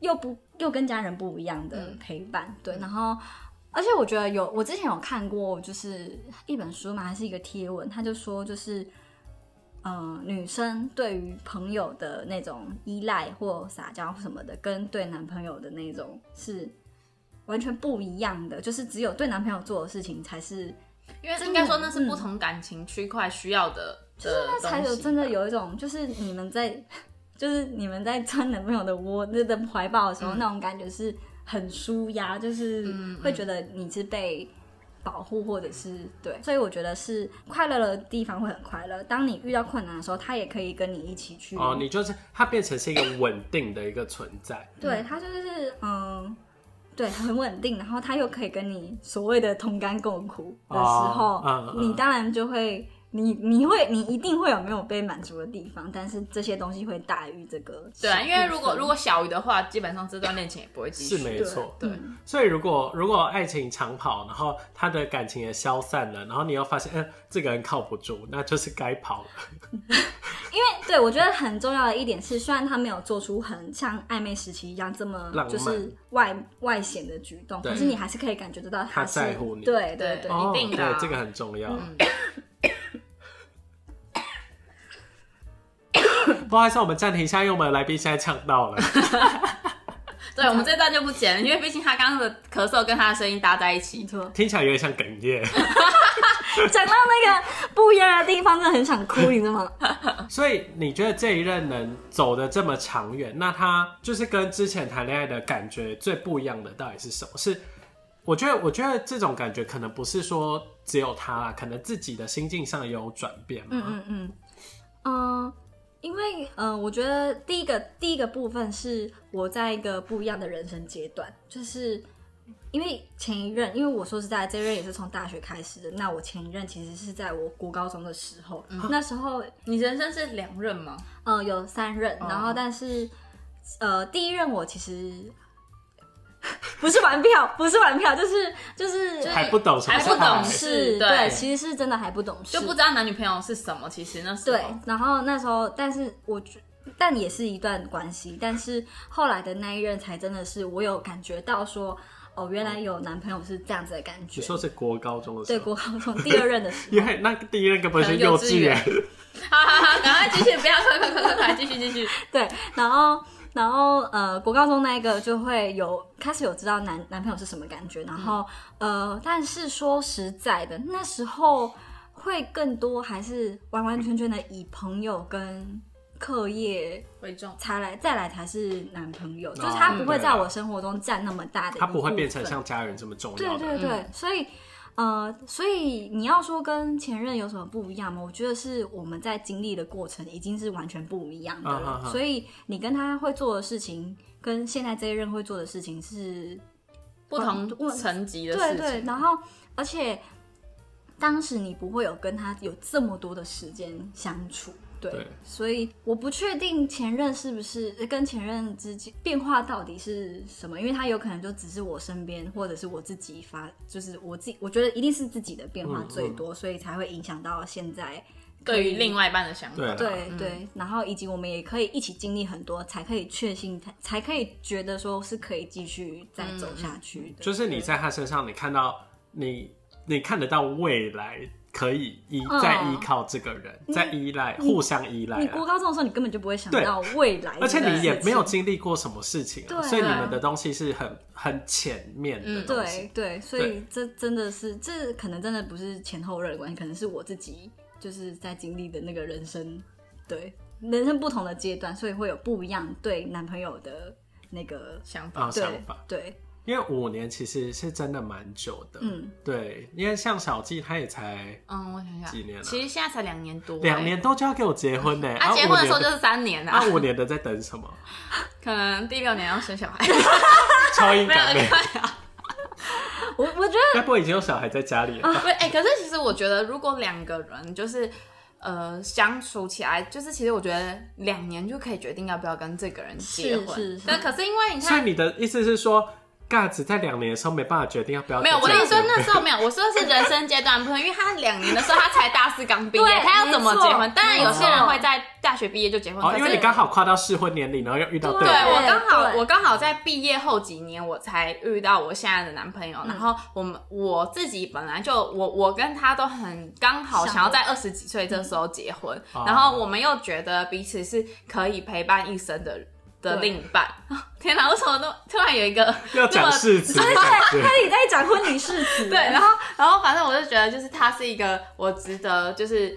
[SPEAKER 3] 又不又跟家人不一样的陪伴，对，然后。而且我觉得有，我之前有看过，就是一本书嘛，还是一个贴文，他就说就是，呃，女生对于朋友的那种依赖或撒娇什么的，跟对男朋友的那种是完全不一样的，就是只有对男朋友做的事情才是，
[SPEAKER 4] 因为应该说那是不同感情区块需要的的
[SPEAKER 3] 那才
[SPEAKER 4] 东
[SPEAKER 3] 有
[SPEAKER 4] 西
[SPEAKER 3] 真的有一种就是你们在， 就是你们在钻男朋友的窝、那的怀抱的时候，
[SPEAKER 4] 嗯
[SPEAKER 3] 那种感觉是很舒压，就是会觉得你是被。保护或者是对，所以我觉得是快乐的地方会很快乐。当你遇到困难的时候，他也可以跟你一起去
[SPEAKER 2] 哦，你就是它变成是一个稳定的一个存在。
[SPEAKER 3] 对他就是嗯，对，很稳定，然后他又可以跟你所谓的同甘共苦的时候，
[SPEAKER 2] 哦嗯嗯
[SPEAKER 3] 你当然就会，你你会，你一定会有没有被满足的地方，但是这些东西会大于这个小
[SPEAKER 4] 对
[SPEAKER 3] 部分。
[SPEAKER 4] 啊，因为如果如果小于的话，基本上这段恋情也不会继续。
[SPEAKER 2] 是没错，
[SPEAKER 4] 对
[SPEAKER 3] 嗯
[SPEAKER 2] 所以如果如果爱情长跑，然后他的感情也消散了，然后你又发现，嗯，这个人靠不住，那就是该跑了。
[SPEAKER 3] 因为对我觉得很重要的一点是，虽然他没有做出很像暧昧时期一样这么
[SPEAKER 2] 浪漫
[SPEAKER 3] 就是外外显的举动，
[SPEAKER 2] 对
[SPEAKER 3] 可是你还是可以感觉得到
[SPEAKER 2] 他
[SPEAKER 3] 是
[SPEAKER 2] 在乎你
[SPEAKER 3] 对对
[SPEAKER 4] 对
[SPEAKER 3] 对，
[SPEAKER 2] 哦，
[SPEAKER 4] 一定的啊
[SPEAKER 2] 对，这个很重要。 不好意思，我们暂停一下，因为我们的来宾现在呛到了。
[SPEAKER 4] 对，我们这段就不剪了，因为毕竟他刚刚的咳嗽跟他的声音搭在一
[SPEAKER 3] 没
[SPEAKER 4] 起。
[SPEAKER 3] 错。
[SPEAKER 2] 听起来有点像哽咽，
[SPEAKER 3] 讲到那个不一样的地方，真的很想哭，你知道吗？
[SPEAKER 2] 所以你觉得这一任能走的这么长远，那他就是跟之前谈恋爱的感觉最不一样的到底是什么？是我觉得，我觉得这种感觉可能不是说只有他啦，可能自己的心境上也有转变
[SPEAKER 4] 啊
[SPEAKER 2] 嘛。
[SPEAKER 3] 嗯嗯嗯，呃因为嗯、呃我觉得第一个第一个部分是我在一个不一样的人生阶段，就是因为前一任，因为我说实在，这一任也是从大学开始的。那我前一任其实是在我国高中的时候，
[SPEAKER 4] 嗯
[SPEAKER 3] 那时候
[SPEAKER 4] 你人生是两任吗？
[SPEAKER 3] 呃有三任，然
[SPEAKER 4] 哦
[SPEAKER 3] 后但是、呃第一任我其实 不是玩票，不是玩票，就是就是
[SPEAKER 4] 就是
[SPEAKER 2] 还不懂什么
[SPEAKER 4] 还
[SPEAKER 2] 是
[SPEAKER 4] 不懂
[SPEAKER 2] 爱
[SPEAKER 4] 事，
[SPEAKER 3] 是
[SPEAKER 4] 对，
[SPEAKER 3] 其实是真的还不懂事，
[SPEAKER 4] 就不知道男女朋友是什么。其实那时
[SPEAKER 3] 对
[SPEAKER 4] 候，，
[SPEAKER 2] 哦
[SPEAKER 3] 然后那时候，但是我觉，但也是一段关系，但是后来的那一任才真的是我有感觉到说，哦，原来有男朋友是这样子的感觉
[SPEAKER 2] 你。说是国高中的时
[SPEAKER 3] 对，
[SPEAKER 2] 候，
[SPEAKER 3] 国高中第二任的时候，
[SPEAKER 2] 因为那第一任根本是幼稚园，
[SPEAKER 4] 好好好，赶快继续，不要快快快快快，继续继续。
[SPEAKER 3] 对，然后然后呃，国高中那一个就会有开始有知道男男朋友是什么感觉，然后、
[SPEAKER 2] 嗯
[SPEAKER 3] 呃，但是说实在的，那时候会更多还是完完全全的以朋友跟课业
[SPEAKER 4] 为重，
[SPEAKER 3] 才来再来才是男朋友，就是他不会在我生活中占那么大的一个
[SPEAKER 2] 啊他
[SPEAKER 3] 部分，
[SPEAKER 2] 不会变成像家人这么重要
[SPEAKER 3] 对对
[SPEAKER 2] 的。
[SPEAKER 3] 对，所以呃，所以你要说跟前任有什么不一样吗？我觉得是我们在经历的过程已经是完全不一样的
[SPEAKER 2] 啊
[SPEAKER 3] 了，
[SPEAKER 2] 啊啊
[SPEAKER 3] 所以你跟他会做的事情跟现在这一任会做的事情是
[SPEAKER 4] 不同层级的事
[SPEAKER 3] 对
[SPEAKER 4] 情。
[SPEAKER 3] 对，然后而且当时你不会有跟他有这么多的时间相处，对，
[SPEAKER 2] 对
[SPEAKER 3] 所以我不确定前任是不是呃跟前任之间变化到底是什么，因为他有可能就只是我身边或者是我自己发，就是我自己，我觉得一定是自己的变化
[SPEAKER 4] 嗯
[SPEAKER 3] 最多，所以才会影响到现在。
[SPEAKER 4] 对于另外一半的想法，嗯
[SPEAKER 2] 对
[SPEAKER 3] 对对，然后以及我们也可以一起经历很多，才可以确信，才才可以觉得说是可以继续再走
[SPEAKER 4] 嗯
[SPEAKER 3] 下去的。
[SPEAKER 2] 就是你在他身上，你看到你，你看得到未来可以依
[SPEAKER 3] 嗯
[SPEAKER 2] 再依靠这个人，再依赖，互相依赖啊
[SPEAKER 3] 你
[SPEAKER 2] 啦。
[SPEAKER 3] 国高中的时候，你根本就不会想到未来，
[SPEAKER 2] 而且你也没有
[SPEAKER 3] 经，
[SPEAKER 2] 经历过什么事情
[SPEAKER 3] 对
[SPEAKER 2] 啊，
[SPEAKER 3] 啊
[SPEAKER 2] 所以你们的东西是很很浅面的
[SPEAKER 4] 嗯
[SPEAKER 2] 东西。
[SPEAKER 3] 对对，所以这真的是，这可能真的不是前后任的关系，可能是我自己就是在经历的那个人生，对人生不同的阶段，所以会有不一样对男朋友的那个
[SPEAKER 4] 想法
[SPEAKER 2] 啊、
[SPEAKER 3] 对
[SPEAKER 2] 想法，
[SPEAKER 3] 对，
[SPEAKER 2] 因为五年其实是真的蛮久的，
[SPEAKER 3] 嗯，
[SPEAKER 2] 对，因为像小纪他也才
[SPEAKER 4] 嗯，我想想，
[SPEAKER 2] 几年啊
[SPEAKER 4] 其实现在才两年多、
[SPEAKER 2] 两年多就要跟我结婚呢、
[SPEAKER 4] 欸。啊，结婚的时候就是是三年啊
[SPEAKER 2] 啊，，五年的在等 什么？
[SPEAKER 4] 可能第六年要生 小孩，
[SPEAKER 2] 超音
[SPEAKER 4] 没
[SPEAKER 2] 感
[SPEAKER 4] 有
[SPEAKER 2] 妹，
[SPEAKER 4] 快啊。
[SPEAKER 3] 我我觉
[SPEAKER 2] 该不会已经有小孩在家里啊了吧？
[SPEAKER 4] 不，哎、可是其实我觉得，如果两个人就是呃相处起来，就是其实我觉得两年就可以决定要不要跟这个人结婚。
[SPEAKER 3] 是是是
[SPEAKER 4] 但可是因为你
[SPEAKER 2] 所以
[SPEAKER 4] 看，
[SPEAKER 2] 你的意思是说，尬子在两年的时候没办法决定要不要
[SPEAKER 4] 没有，我
[SPEAKER 2] 结
[SPEAKER 4] 跟你
[SPEAKER 2] 婚
[SPEAKER 4] 说那时候没有，我说是人生阶段不同，因为他两年的时候他才大四刚毕
[SPEAKER 3] 对
[SPEAKER 4] 业，他要怎么结
[SPEAKER 3] 没
[SPEAKER 4] 婚
[SPEAKER 3] 错？
[SPEAKER 4] 当然有些人会在大学毕业就结婚，
[SPEAKER 2] 哦，
[SPEAKER 4] 可
[SPEAKER 2] 因
[SPEAKER 4] 是
[SPEAKER 2] 为你刚好跨到适婚年龄，然后又遇到
[SPEAKER 3] 对
[SPEAKER 2] 对
[SPEAKER 4] 对
[SPEAKER 2] 的
[SPEAKER 4] 我刚好，
[SPEAKER 3] 对
[SPEAKER 4] 我刚好在毕业后几年，我才遇到我现在的男朋友。然后我们我自己本来就我我跟他都很刚好
[SPEAKER 3] 想
[SPEAKER 4] 想要在二十几岁这时候结婚，
[SPEAKER 2] 嗯
[SPEAKER 4] 然后我们又觉得彼此是可以陪伴一生的的
[SPEAKER 3] 对
[SPEAKER 4] 另一半。 天哪，为什么都突然有一个
[SPEAKER 2] 要讲誓词的
[SPEAKER 3] 得
[SPEAKER 2] 感
[SPEAKER 3] 对，
[SPEAKER 2] 觉。
[SPEAKER 3] 他也在讲婚礼誓词，
[SPEAKER 4] 对，然后然后反正我就觉得，就是他是一个我值得就是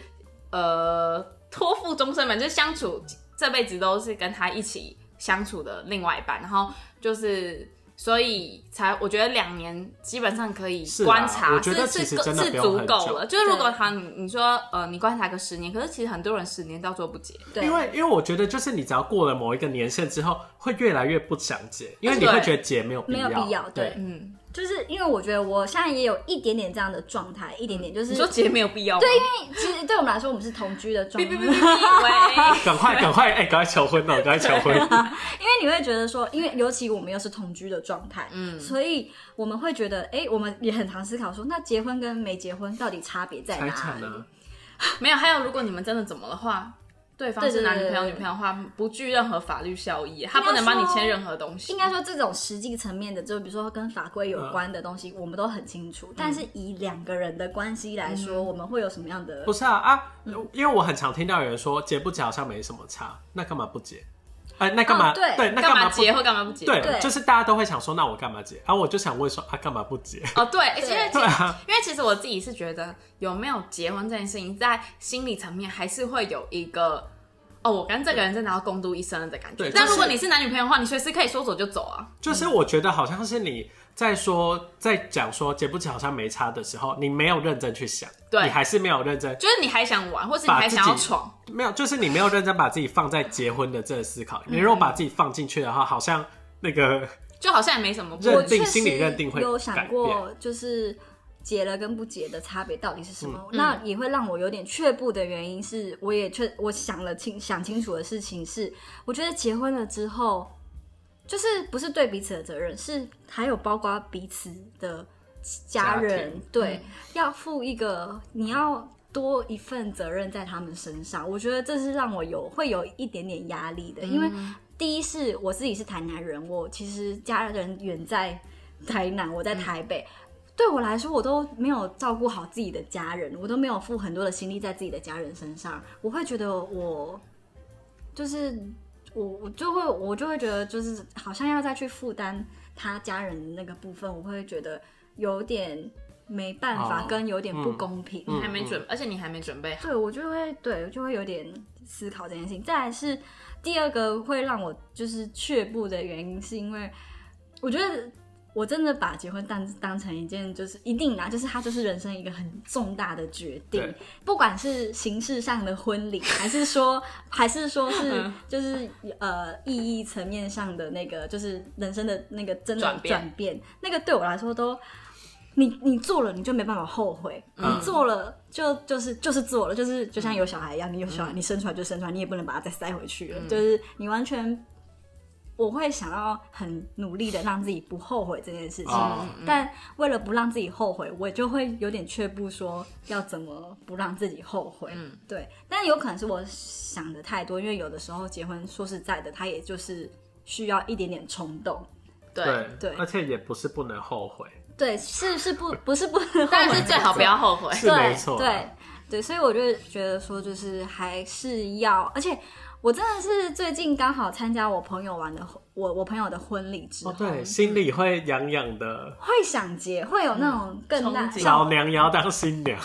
[SPEAKER 4] 呃托付终身嘛，就是相处这辈子都是跟他一起相处的另外一半，然后就是。所以才，我觉得两年基本上可以
[SPEAKER 2] 是啊
[SPEAKER 4] 观察，
[SPEAKER 2] 我觉得
[SPEAKER 4] 是
[SPEAKER 2] 其实
[SPEAKER 4] 是
[SPEAKER 2] 真的
[SPEAKER 4] 是
[SPEAKER 2] 不用
[SPEAKER 4] 足
[SPEAKER 2] 很
[SPEAKER 4] 够
[SPEAKER 2] 久
[SPEAKER 4] 了。就是如果
[SPEAKER 3] 对
[SPEAKER 4] 他你你说呃，你观察个十年，可是其实很多人十年到最后不结，
[SPEAKER 3] 对，
[SPEAKER 2] 因为因为我觉得就是你只要过了某一个年限之后，会越来越不想结，因为你
[SPEAKER 4] 对
[SPEAKER 2] 会觉得结没有必
[SPEAKER 3] 没有必要对
[SPEAKER 2] 对，
[SPEAKER 4] 嗯，
[SPEAKER 3] 就是因为我觉得我现在也有一点点这样的状态，一点点就是
[SPEAKER 4] 你说结没有必要吗？
[SPEAKER 3] 对，因为其实对我们来说，我们是同居的状
[SPEAKER 4] 哔
[SPEAKER 3] 态，
[SPEAKER 4] 哔哔哔哔，喂，
[SPEAKER 2] 赶快赶快，哎，赶快求婚哦，赶快 求
[SPEAKER 3] 哎
[SPEAKER 2] 婚。
[SPEAKER 3] 因为你会觉得说，因为尤其我们又是同居的状态，嗯，所以我们会觉得，哎、我们也很常思考说，那结婚跟没结婚到底差别在
[SPEAKER 2] 财
[SPEAKER 3] 哪
[SPEAKER 2] 产啊
[SPEAKER 3] 里？
[SPEAKER 2] 呢？
[SPEAKER 4] 没有，还有，如果你们真的怎么的话，对方
[SPEAKER 3] 对
[SPEAKER 4] 是
[SPEAKER 3] 对
[SPEAKER 4] 男女
[SPEAKER 3] 对
[SPEAKER 4] 朋友、
[SPEAKER 3] 对
[SPEAKER 4] 女朋友的话，不具任何法律效益，他
[SPEAKER 3] 应
[SPEAKER 4] 不
[SPEAKER 3] 该
[SPEAKER 4] 能帮你
[SPEAKER 3] 说
[SPEAKER 4] 签任何东西。
[SPEAKER 3] 应该说，这种实际层面的，就比如说跟法规有关的东西，我们都很清
[SPEAKER 2] 嗯
[SPEAKER 3] 楚。但是以两个人的关系来说，我们会有什么样的
[SPEAKER 2] 不？是啊啊，因为我很常听到有人说结不结好像没什么差，那干嘛不结？哎，那干嘛
[SPEAKER 3] 哦对
[SPEAKER 2] 对，那
[SPEAKER 4] 干嘛
[SPEAKER 2] 不
[SPEAKER 4] 结？或干嘛不结？
[SPEAKER 2] 对，
[SPEAKER 3] 对
[SPEAKER 2] 就是大家都会想说，那我干嘛结？啊，我就想问说，啊，干嘛不结？
[SPEAKER 4] 哦，对，因为其
[SPEAKER 2] 对啊，
[SPEAKER 4] 因为其实我自己是觉得有没有结婚这件事情，在心理层面还是会有一个。哦，我跟这个人真的要共度一生了的感觉
[SPEAKER 2] 对。
[SPEAKER 4] 但
[SPEAKER 2] 就是
[SPEAKER 4] 如果你是男女朋友的话，你随时可以说走就走啊。
[SPEAKER 2] 就是我觉得好像是你在说在讲说结不结好像没差的时候，你没有认真去想，
[SPEAKER 4] 对
[SPEAKER 2] 你还是没有认真，
[SPEAKER 4] 就是你还想玩，或是你
[SPEAKER 2] 把
[SPEAKER 4] 还
[SPEAKER 2] 自
[SPEAKER 4] 想要
[SPEAKER 2] 己
[SPEAKER 4] 闯，
[SPEAKER 2] 没有，就是你没有认真把自己放在结婚的这个思考里面。你如果把自己放进去的话，好像那个
[SPEAKER 4] 就好像也没什么不。
[SPEAKER 2] 认
[SPEAKER 3] 我
[SPEAKER 2] 定
[SPEAKER 3] 确实
[SPEAKER 2] 心理认定会
[SPEAKER 3] 有想
[SPEAKER 2] 改
[SPEAKER 3] 过，就是结了跟不结的差别到底是什么？
[SPEAKER 2] 嗯
[SPEAKER 3] 那也会让我有点却步的原因是，我也确我想了清想清楚的事情是，我觉得结婚了之后，就是不是对彼此的责任，是还有包括彼此的家
[SPEAKER 2] 家
[SPEAKER 3] 人
[SPEAKER 2] 庭，嗯
[SPEAKER 3] 对，要负一个你要。多一份责任在他们身上，我觉得这是让我有会有一点点压力
[SPEAKER 2] 嗯
[SPEAKER 3] 的，因为第一是我自己是台南人，我其实家人远在台南，
[SPEAKER 2] 嗯
[SPEAKER 3] 我在台北。对我来说，我都没有照顾好自己的家人，我都没有付很多的心力在自己的家人身上。我会觉得我就是我，我就会我就会觉得就是好像要再去负担他家人的那个部分，我会觉得有点没办法，
[SPEAKER 2] 哦
[SPEAKER 3] 跟有点不
[SPEAKER 2] 嗯
[SPEAKER 3] 公平。
[SPEAKER 4] 还没准，而且你还没准备好。
[SPEAKER 3] 对我就会对我就会有点思考这件事情。再来是第二个会让我就是却步的原因，是因为我觉得我真的把结婚当当成一件就是一定啦，就是它就是人生一个很重大的决定
[SPEAKER 2] 对，
[SPEAKER 3] 不管是形式上的 婚礼，还是说还是说是
[SPEAKER 4] 嗯
[SPEAKER 3] 就是呃意义层面上的那个，就是人生的那个真的
[SPEAKER 4] 转变
[SPEAKER 3] 转变，那个对我来说都。你你做了，你就没办法后悔。
[SPEAKER 4] 嗯
[SPEAKER 3] 你做了，就就是就是做了，就是就像有小孩一样，你有
[SPEAKER 4] 嗯
[SPEAKER 3] 小孩，你生出来就生出来，你也不能把它再塞回去了。就是你完全，我会想要很努力的让自己不后悔这件事情。
[SPEAKER 2] 哦
[SPEAKER 3] 但为了不让自己后悔，我就会有点却步，说要怎么不让自己后悔。嗯，对。但有可能是我想的太多，因为有的时候结婚，说实在的，它也就是需要一点点冲动。
[SPEAKER 4] 对，
[SPEAKER 2] 对
[SPEAKER 3] 对
[SPEAKER 2] 而且也不是不能后悔，
[SPEAKER 3] 对，是是不不是不，
[SPEAKER 4] 但是最好不要后悔。
[SPEAKER 2] 是没
[SPEAKER 3] 对
[SPEAKER 2] 错啊，
[SPEAKER 3] 对对，所以我就觉得说，就是还是要，而且我真的是最近刚好参加我朋友玩的婚我我朋友的婚礼之后，
[SPEAKER 2] 哦对，心里会痒痒的。
[SPEAKER 3] 会想结，会有那种更大
[SPEAKER 4] 嗯憧憬
[SPEAKER 2] 老
[SPEAKER 3] 像
[SPEAKER 2] 娘也要当新 娘，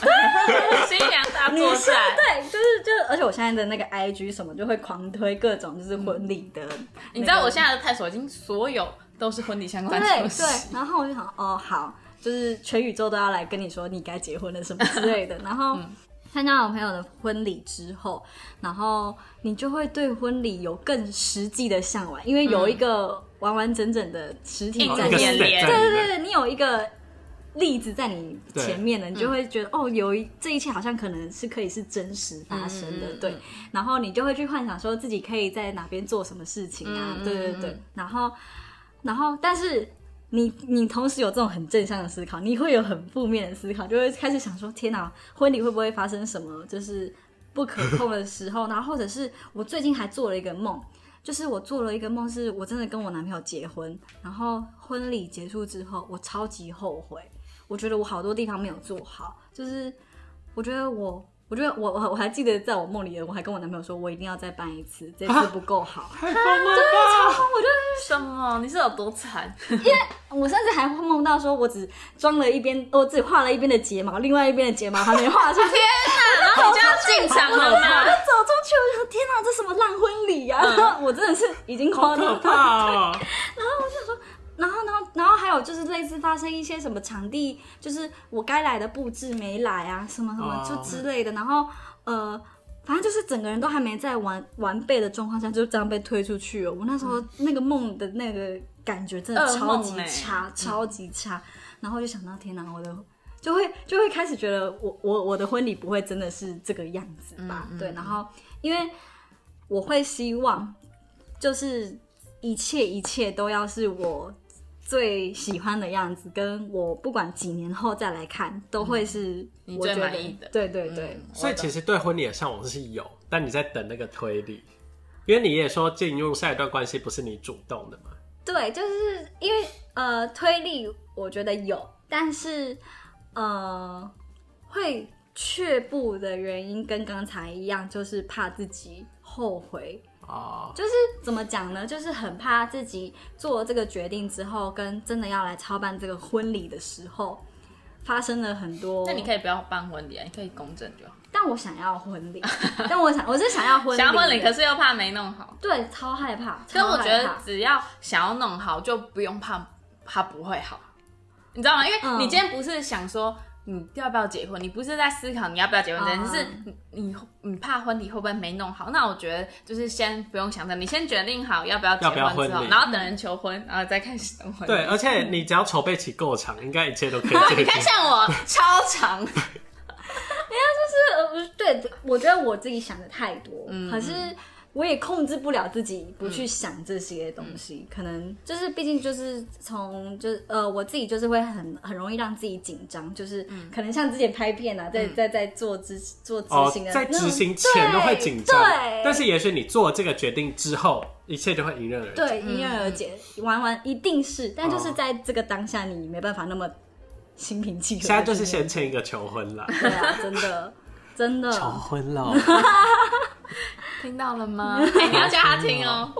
[SPEAKER 4] 新娘大
[SPEAKER 3] 女
[SPEAKER 4] 作
[SPEAKER 3] 生
[SPEAKER 4] 战，
[SPEAKER 3] 对，就是就，而且我现在的那个 IG 什么就会狂推各种就是婚礼的那个、
[SPEAKER 4] 嗯你知道我现在的探索已经所有都是婚礼相关
[SPEAKER 3] 对
[SPEAKER 4] 的东西。
[SPEAKER 3] 对，然后我就想，哦，好，就是全宇宙都要来跟你说你该结婚了什么之类的。然后参加我朋友的婚礼之后，然后你就会对婚礼有更实际的向往，因为有一个完完整整的实体
[SPEAKER 4] 硬
[SPEAKER 3] 在
[SPEAKER 2] 一
[SPEAKER 4] 对
[SPEAKER 2] 个
[SPEAKER 4] 面
[SPEAKER 3] 你面，
[SPEAKER 2] step
[SPEAKER 4] 对
[SPEAKER 2] 在
[SPEAKER 3] 对
[SPEAKER 2] 里
[SPEAKER 3] 对
[SPEAKER 2] 面，
[SPEAKER 3] 对，你有一个。例子在你前面了，你就会觉得、哦，有一这一切好像可能是可以是真实发生的，
[SPEAKER 4] 嗯嗯嗯
[SPEAKER 3] 对。然后你就会去幻想说自己可以在哪边做什么事情啊，
[SPEAKER 4] 嗯嗯
[SPEAKER 3] 对对
[SPEAKER 4] 嗯
[SPEAKER 3] 对。然后，然后，但是你你同时有这种很正向的思考，你会有很负面的思考，就会开始想说：天哪，婚礼会不会发生什么就是不可控的时候？ 然后或者是我最近还做了一个梦，就是我做了一个梦，是我真的跟我男朋友结婚，然后婚礼结束之后，我超级后悔，我觉得我好多地方没有做好，就是我觉得我。我觉得我我我还记得，在我梦里，我还跟我男朋友说，我一定要再办一次，这
[SPEAKER 2] 啊
[SPEAKER 3] 次不够好。
[SPEAKER 2] 太疯了吧！
[SPEAKER 3] 我就
[SPEAKER 4] 什么？你是有多惨？
[SPEAKER 3] 我甚至还梦到说，我只装了一边，我只画了一边的睫毛，另外一边的睫毛还没画出去。
[SPEAKER 4] 然后你就要进场了
[SPEAKER 3] 我就
[SPEAKER 4] 吗？
[SPEAKER 3] 走出去，我就想天哪，这什么烂婚礼呀、然后我真的是已经
[SPEAKER 2] 嗯好
[SPEAKER 3] 夸
[SPEAKER 2] 可
[SPEAKER 3] 张。
[SPEAKER 2] 怕哦！
[SPEAKER 3] 然后，然后，然后还有就是类似发生一些什么场地，就是我该来的布置没来啊，什么什么
[SPEAKER 2] 哦
[SPEAKER 3] 就之类的。然后呃，反正就是整个人都还没在完完备的状况下，就这样被推出去了。我那时候那个梦的那个感觉真的
[SPEAKER 4] 噩
[SPEAKER 3] 超
[SPEAKER 4] 梦
[SPEAKER 3] 级
[SPEAKER 4] 欸
[SPEAKER 3] 差，超级差。然后就想到天哪，我的。就会就会开始觉得我我我的婚礼不会真的是这个样子吧？
[SPEAKER 4] 嗯
[SPEAKER 3] 对，然后因为我会希望就是一切一切都要是我最喜欢的样子，跟我不管几年后再来看，都会是
[SPEAKER 4] 嗯你
[SPEAKER 3] 我
[SPEAKER 4] 最
[SPEAKER 3] 觉得
[SPEAKER 4] 满意的嗯
[SPEAKER 3] 对对对，
[SPEAKER 2] 所以其实对婚礼的向往是有，但你在等那个推理，因为你也说进入下一段关系不是你主动的嘛。
[SPEAKER 3] 对，就是因为呃推力我觉得有，但是呃会却步的原因跟刚才一样，就是怕自己后悔
[SPEAKER 2] 哦，
[SPEAKER 3] 就是怎么讲呢？就是很怕自己做了这个决定之后，跟真的要来操办这个婚礼的时候，发生了很多。
[SPEAKER 4] 那你可以不要办婚礼啊，你可以公证就好。
[SPEAKER 3] 但我想要婚礼，但我想我是想要婚礼的，
[SPEAKER 4] 想要婚礼，可是又怕没弄好。
[SPEAKER 3] 对超害怕。
[SPEAKER 4] 可是我
[SPEAKER 3] 超害
[SPEAKER 4] 觉得
[SPEAKER 3] 怕
[SPEAKER 4] 只要想要弄好，就不用怕它不会好，你知道吗？因为
[SPEAKER 3] 嗯
[SPEAKER 4] 你今天不是想说你要不要结婚，你不是在思考你要不要结婚这件事，
[SPEAKER 3] 嗯
[SPEAKER 4] 你你你怕婚礼会不会没弄好？那我觉得就是先不用想着，你先决定好要不要结
[SPEAKER 2] 要不要
[SPEAKER 4] 婚之
[SPEAKER 2] 婚
[SPEAKER 4] 后，
[SPEAKER 2] 礼
[SPEAKER 4] 然后等人求婚，然后再开始弄婚礼。
[SPEAKER 2] 对，而且你只要筹备期够长，应该一切都 可以
[SPEAKER 4] 啊，
[SPEAKER 2] 解
[SPEAKER 4] 你看
[SPEAKER 2] 决。
[SPEAKER 4] 像我超长，
[SPEAKER 3] 就是呃对，我觉得我自己想的太多，
[SPEAKER 2] 嗯
[SPEAKER 3] 可是我也控制不了自己不去想这些东
[SPEAKER 2] 嗯
[SPEAKER 3] 西，可能就是毕竟就是从就是呃我自己就是会很很容易让自己紧张，就是可能像之前拍片啊，在在在做执做执
[SPEAKER 2] 嗯哦
[SPEAKER 3] 行的，那
[SPEAKER 2] 在
[SPEAKER 3] 种
[SPEAKER 2] 执行前都会紧张
[SPEAKER 3] 对对，
[SPEAKER 2] 但是也许你做这个决定之后，一切就会迎刃而解。
[SPEAKER 3] 对，迎刃而解，玩完一定是，但就是
[SPEAKER 2] 嗯哦
[SPEAKER 3] 在这个当下，你没办法那么心平气和地去
[SPEAKER 2] 现在
[SPEAKER 3] 面对。
[SPEAKER 2] 就是先签一个求 婚啦，
[SPEAKER 3] 对啊，真的真 的，
[SPEAKER 2] 求婚喽。
[SPEAKER 4] 听到了吗？ 哎，你要叫他听哦。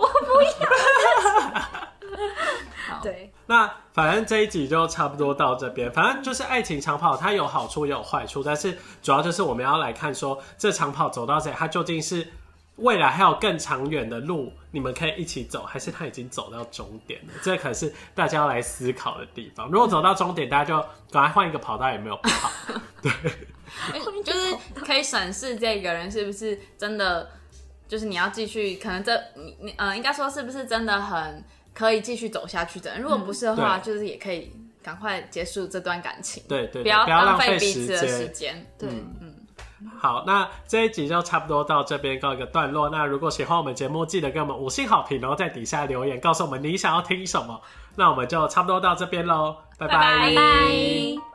[SPEAKER 3] 对
[SPEAKER 2] 那反正这一集就差不多到这边，反正就是爱情长跑，它有好处也有坏处，但是主要就是我们要来看说这长跑走到这里，它究竟是未来还有更长远的路，你们可以一起走，还是它已经走到终点了？这可是大家要来思考的地方。如果走到终点，大家就赶快换一个跑道也没有不好。
[SPEAKER 4] 欸就是可以审视这个人是不是真的，就是你要继续，可能这你你呃，应该说是不是真的很可以继续走下去的人？如果不是的话，
[SPEAKER 2] 嗯对
[SPEAKER 4] 就是也可以赶快结束这段感情，
[SPEAKER 2] 对对对，
[SPEAKER 4] 要
[SPEAKER 2] 不要
[SPEAKER 4] 浪
[SPEAKER 2] 浪
[SPEAKER 4] 费
[SPEAKER 2] 费
[SPEAKER 4] 彼
[SPEAKER 2] 时
[SPEAKER 4] 此的时
[SPEAKER 2] 间。
[SPEAKER 4] 间。
[SPEAKER 3] 对。
[SPEAKER 2] 嗯好，那这一集就差不多到这边告一个段落。那如果喜欢我们节目，记得给我们五星好评，然后在底下留言告诉我们你想要听什么。那我们就差不多到这边喽，拜
[SPEAKER 4] 拜
[SPEAKER 3] 拜拜。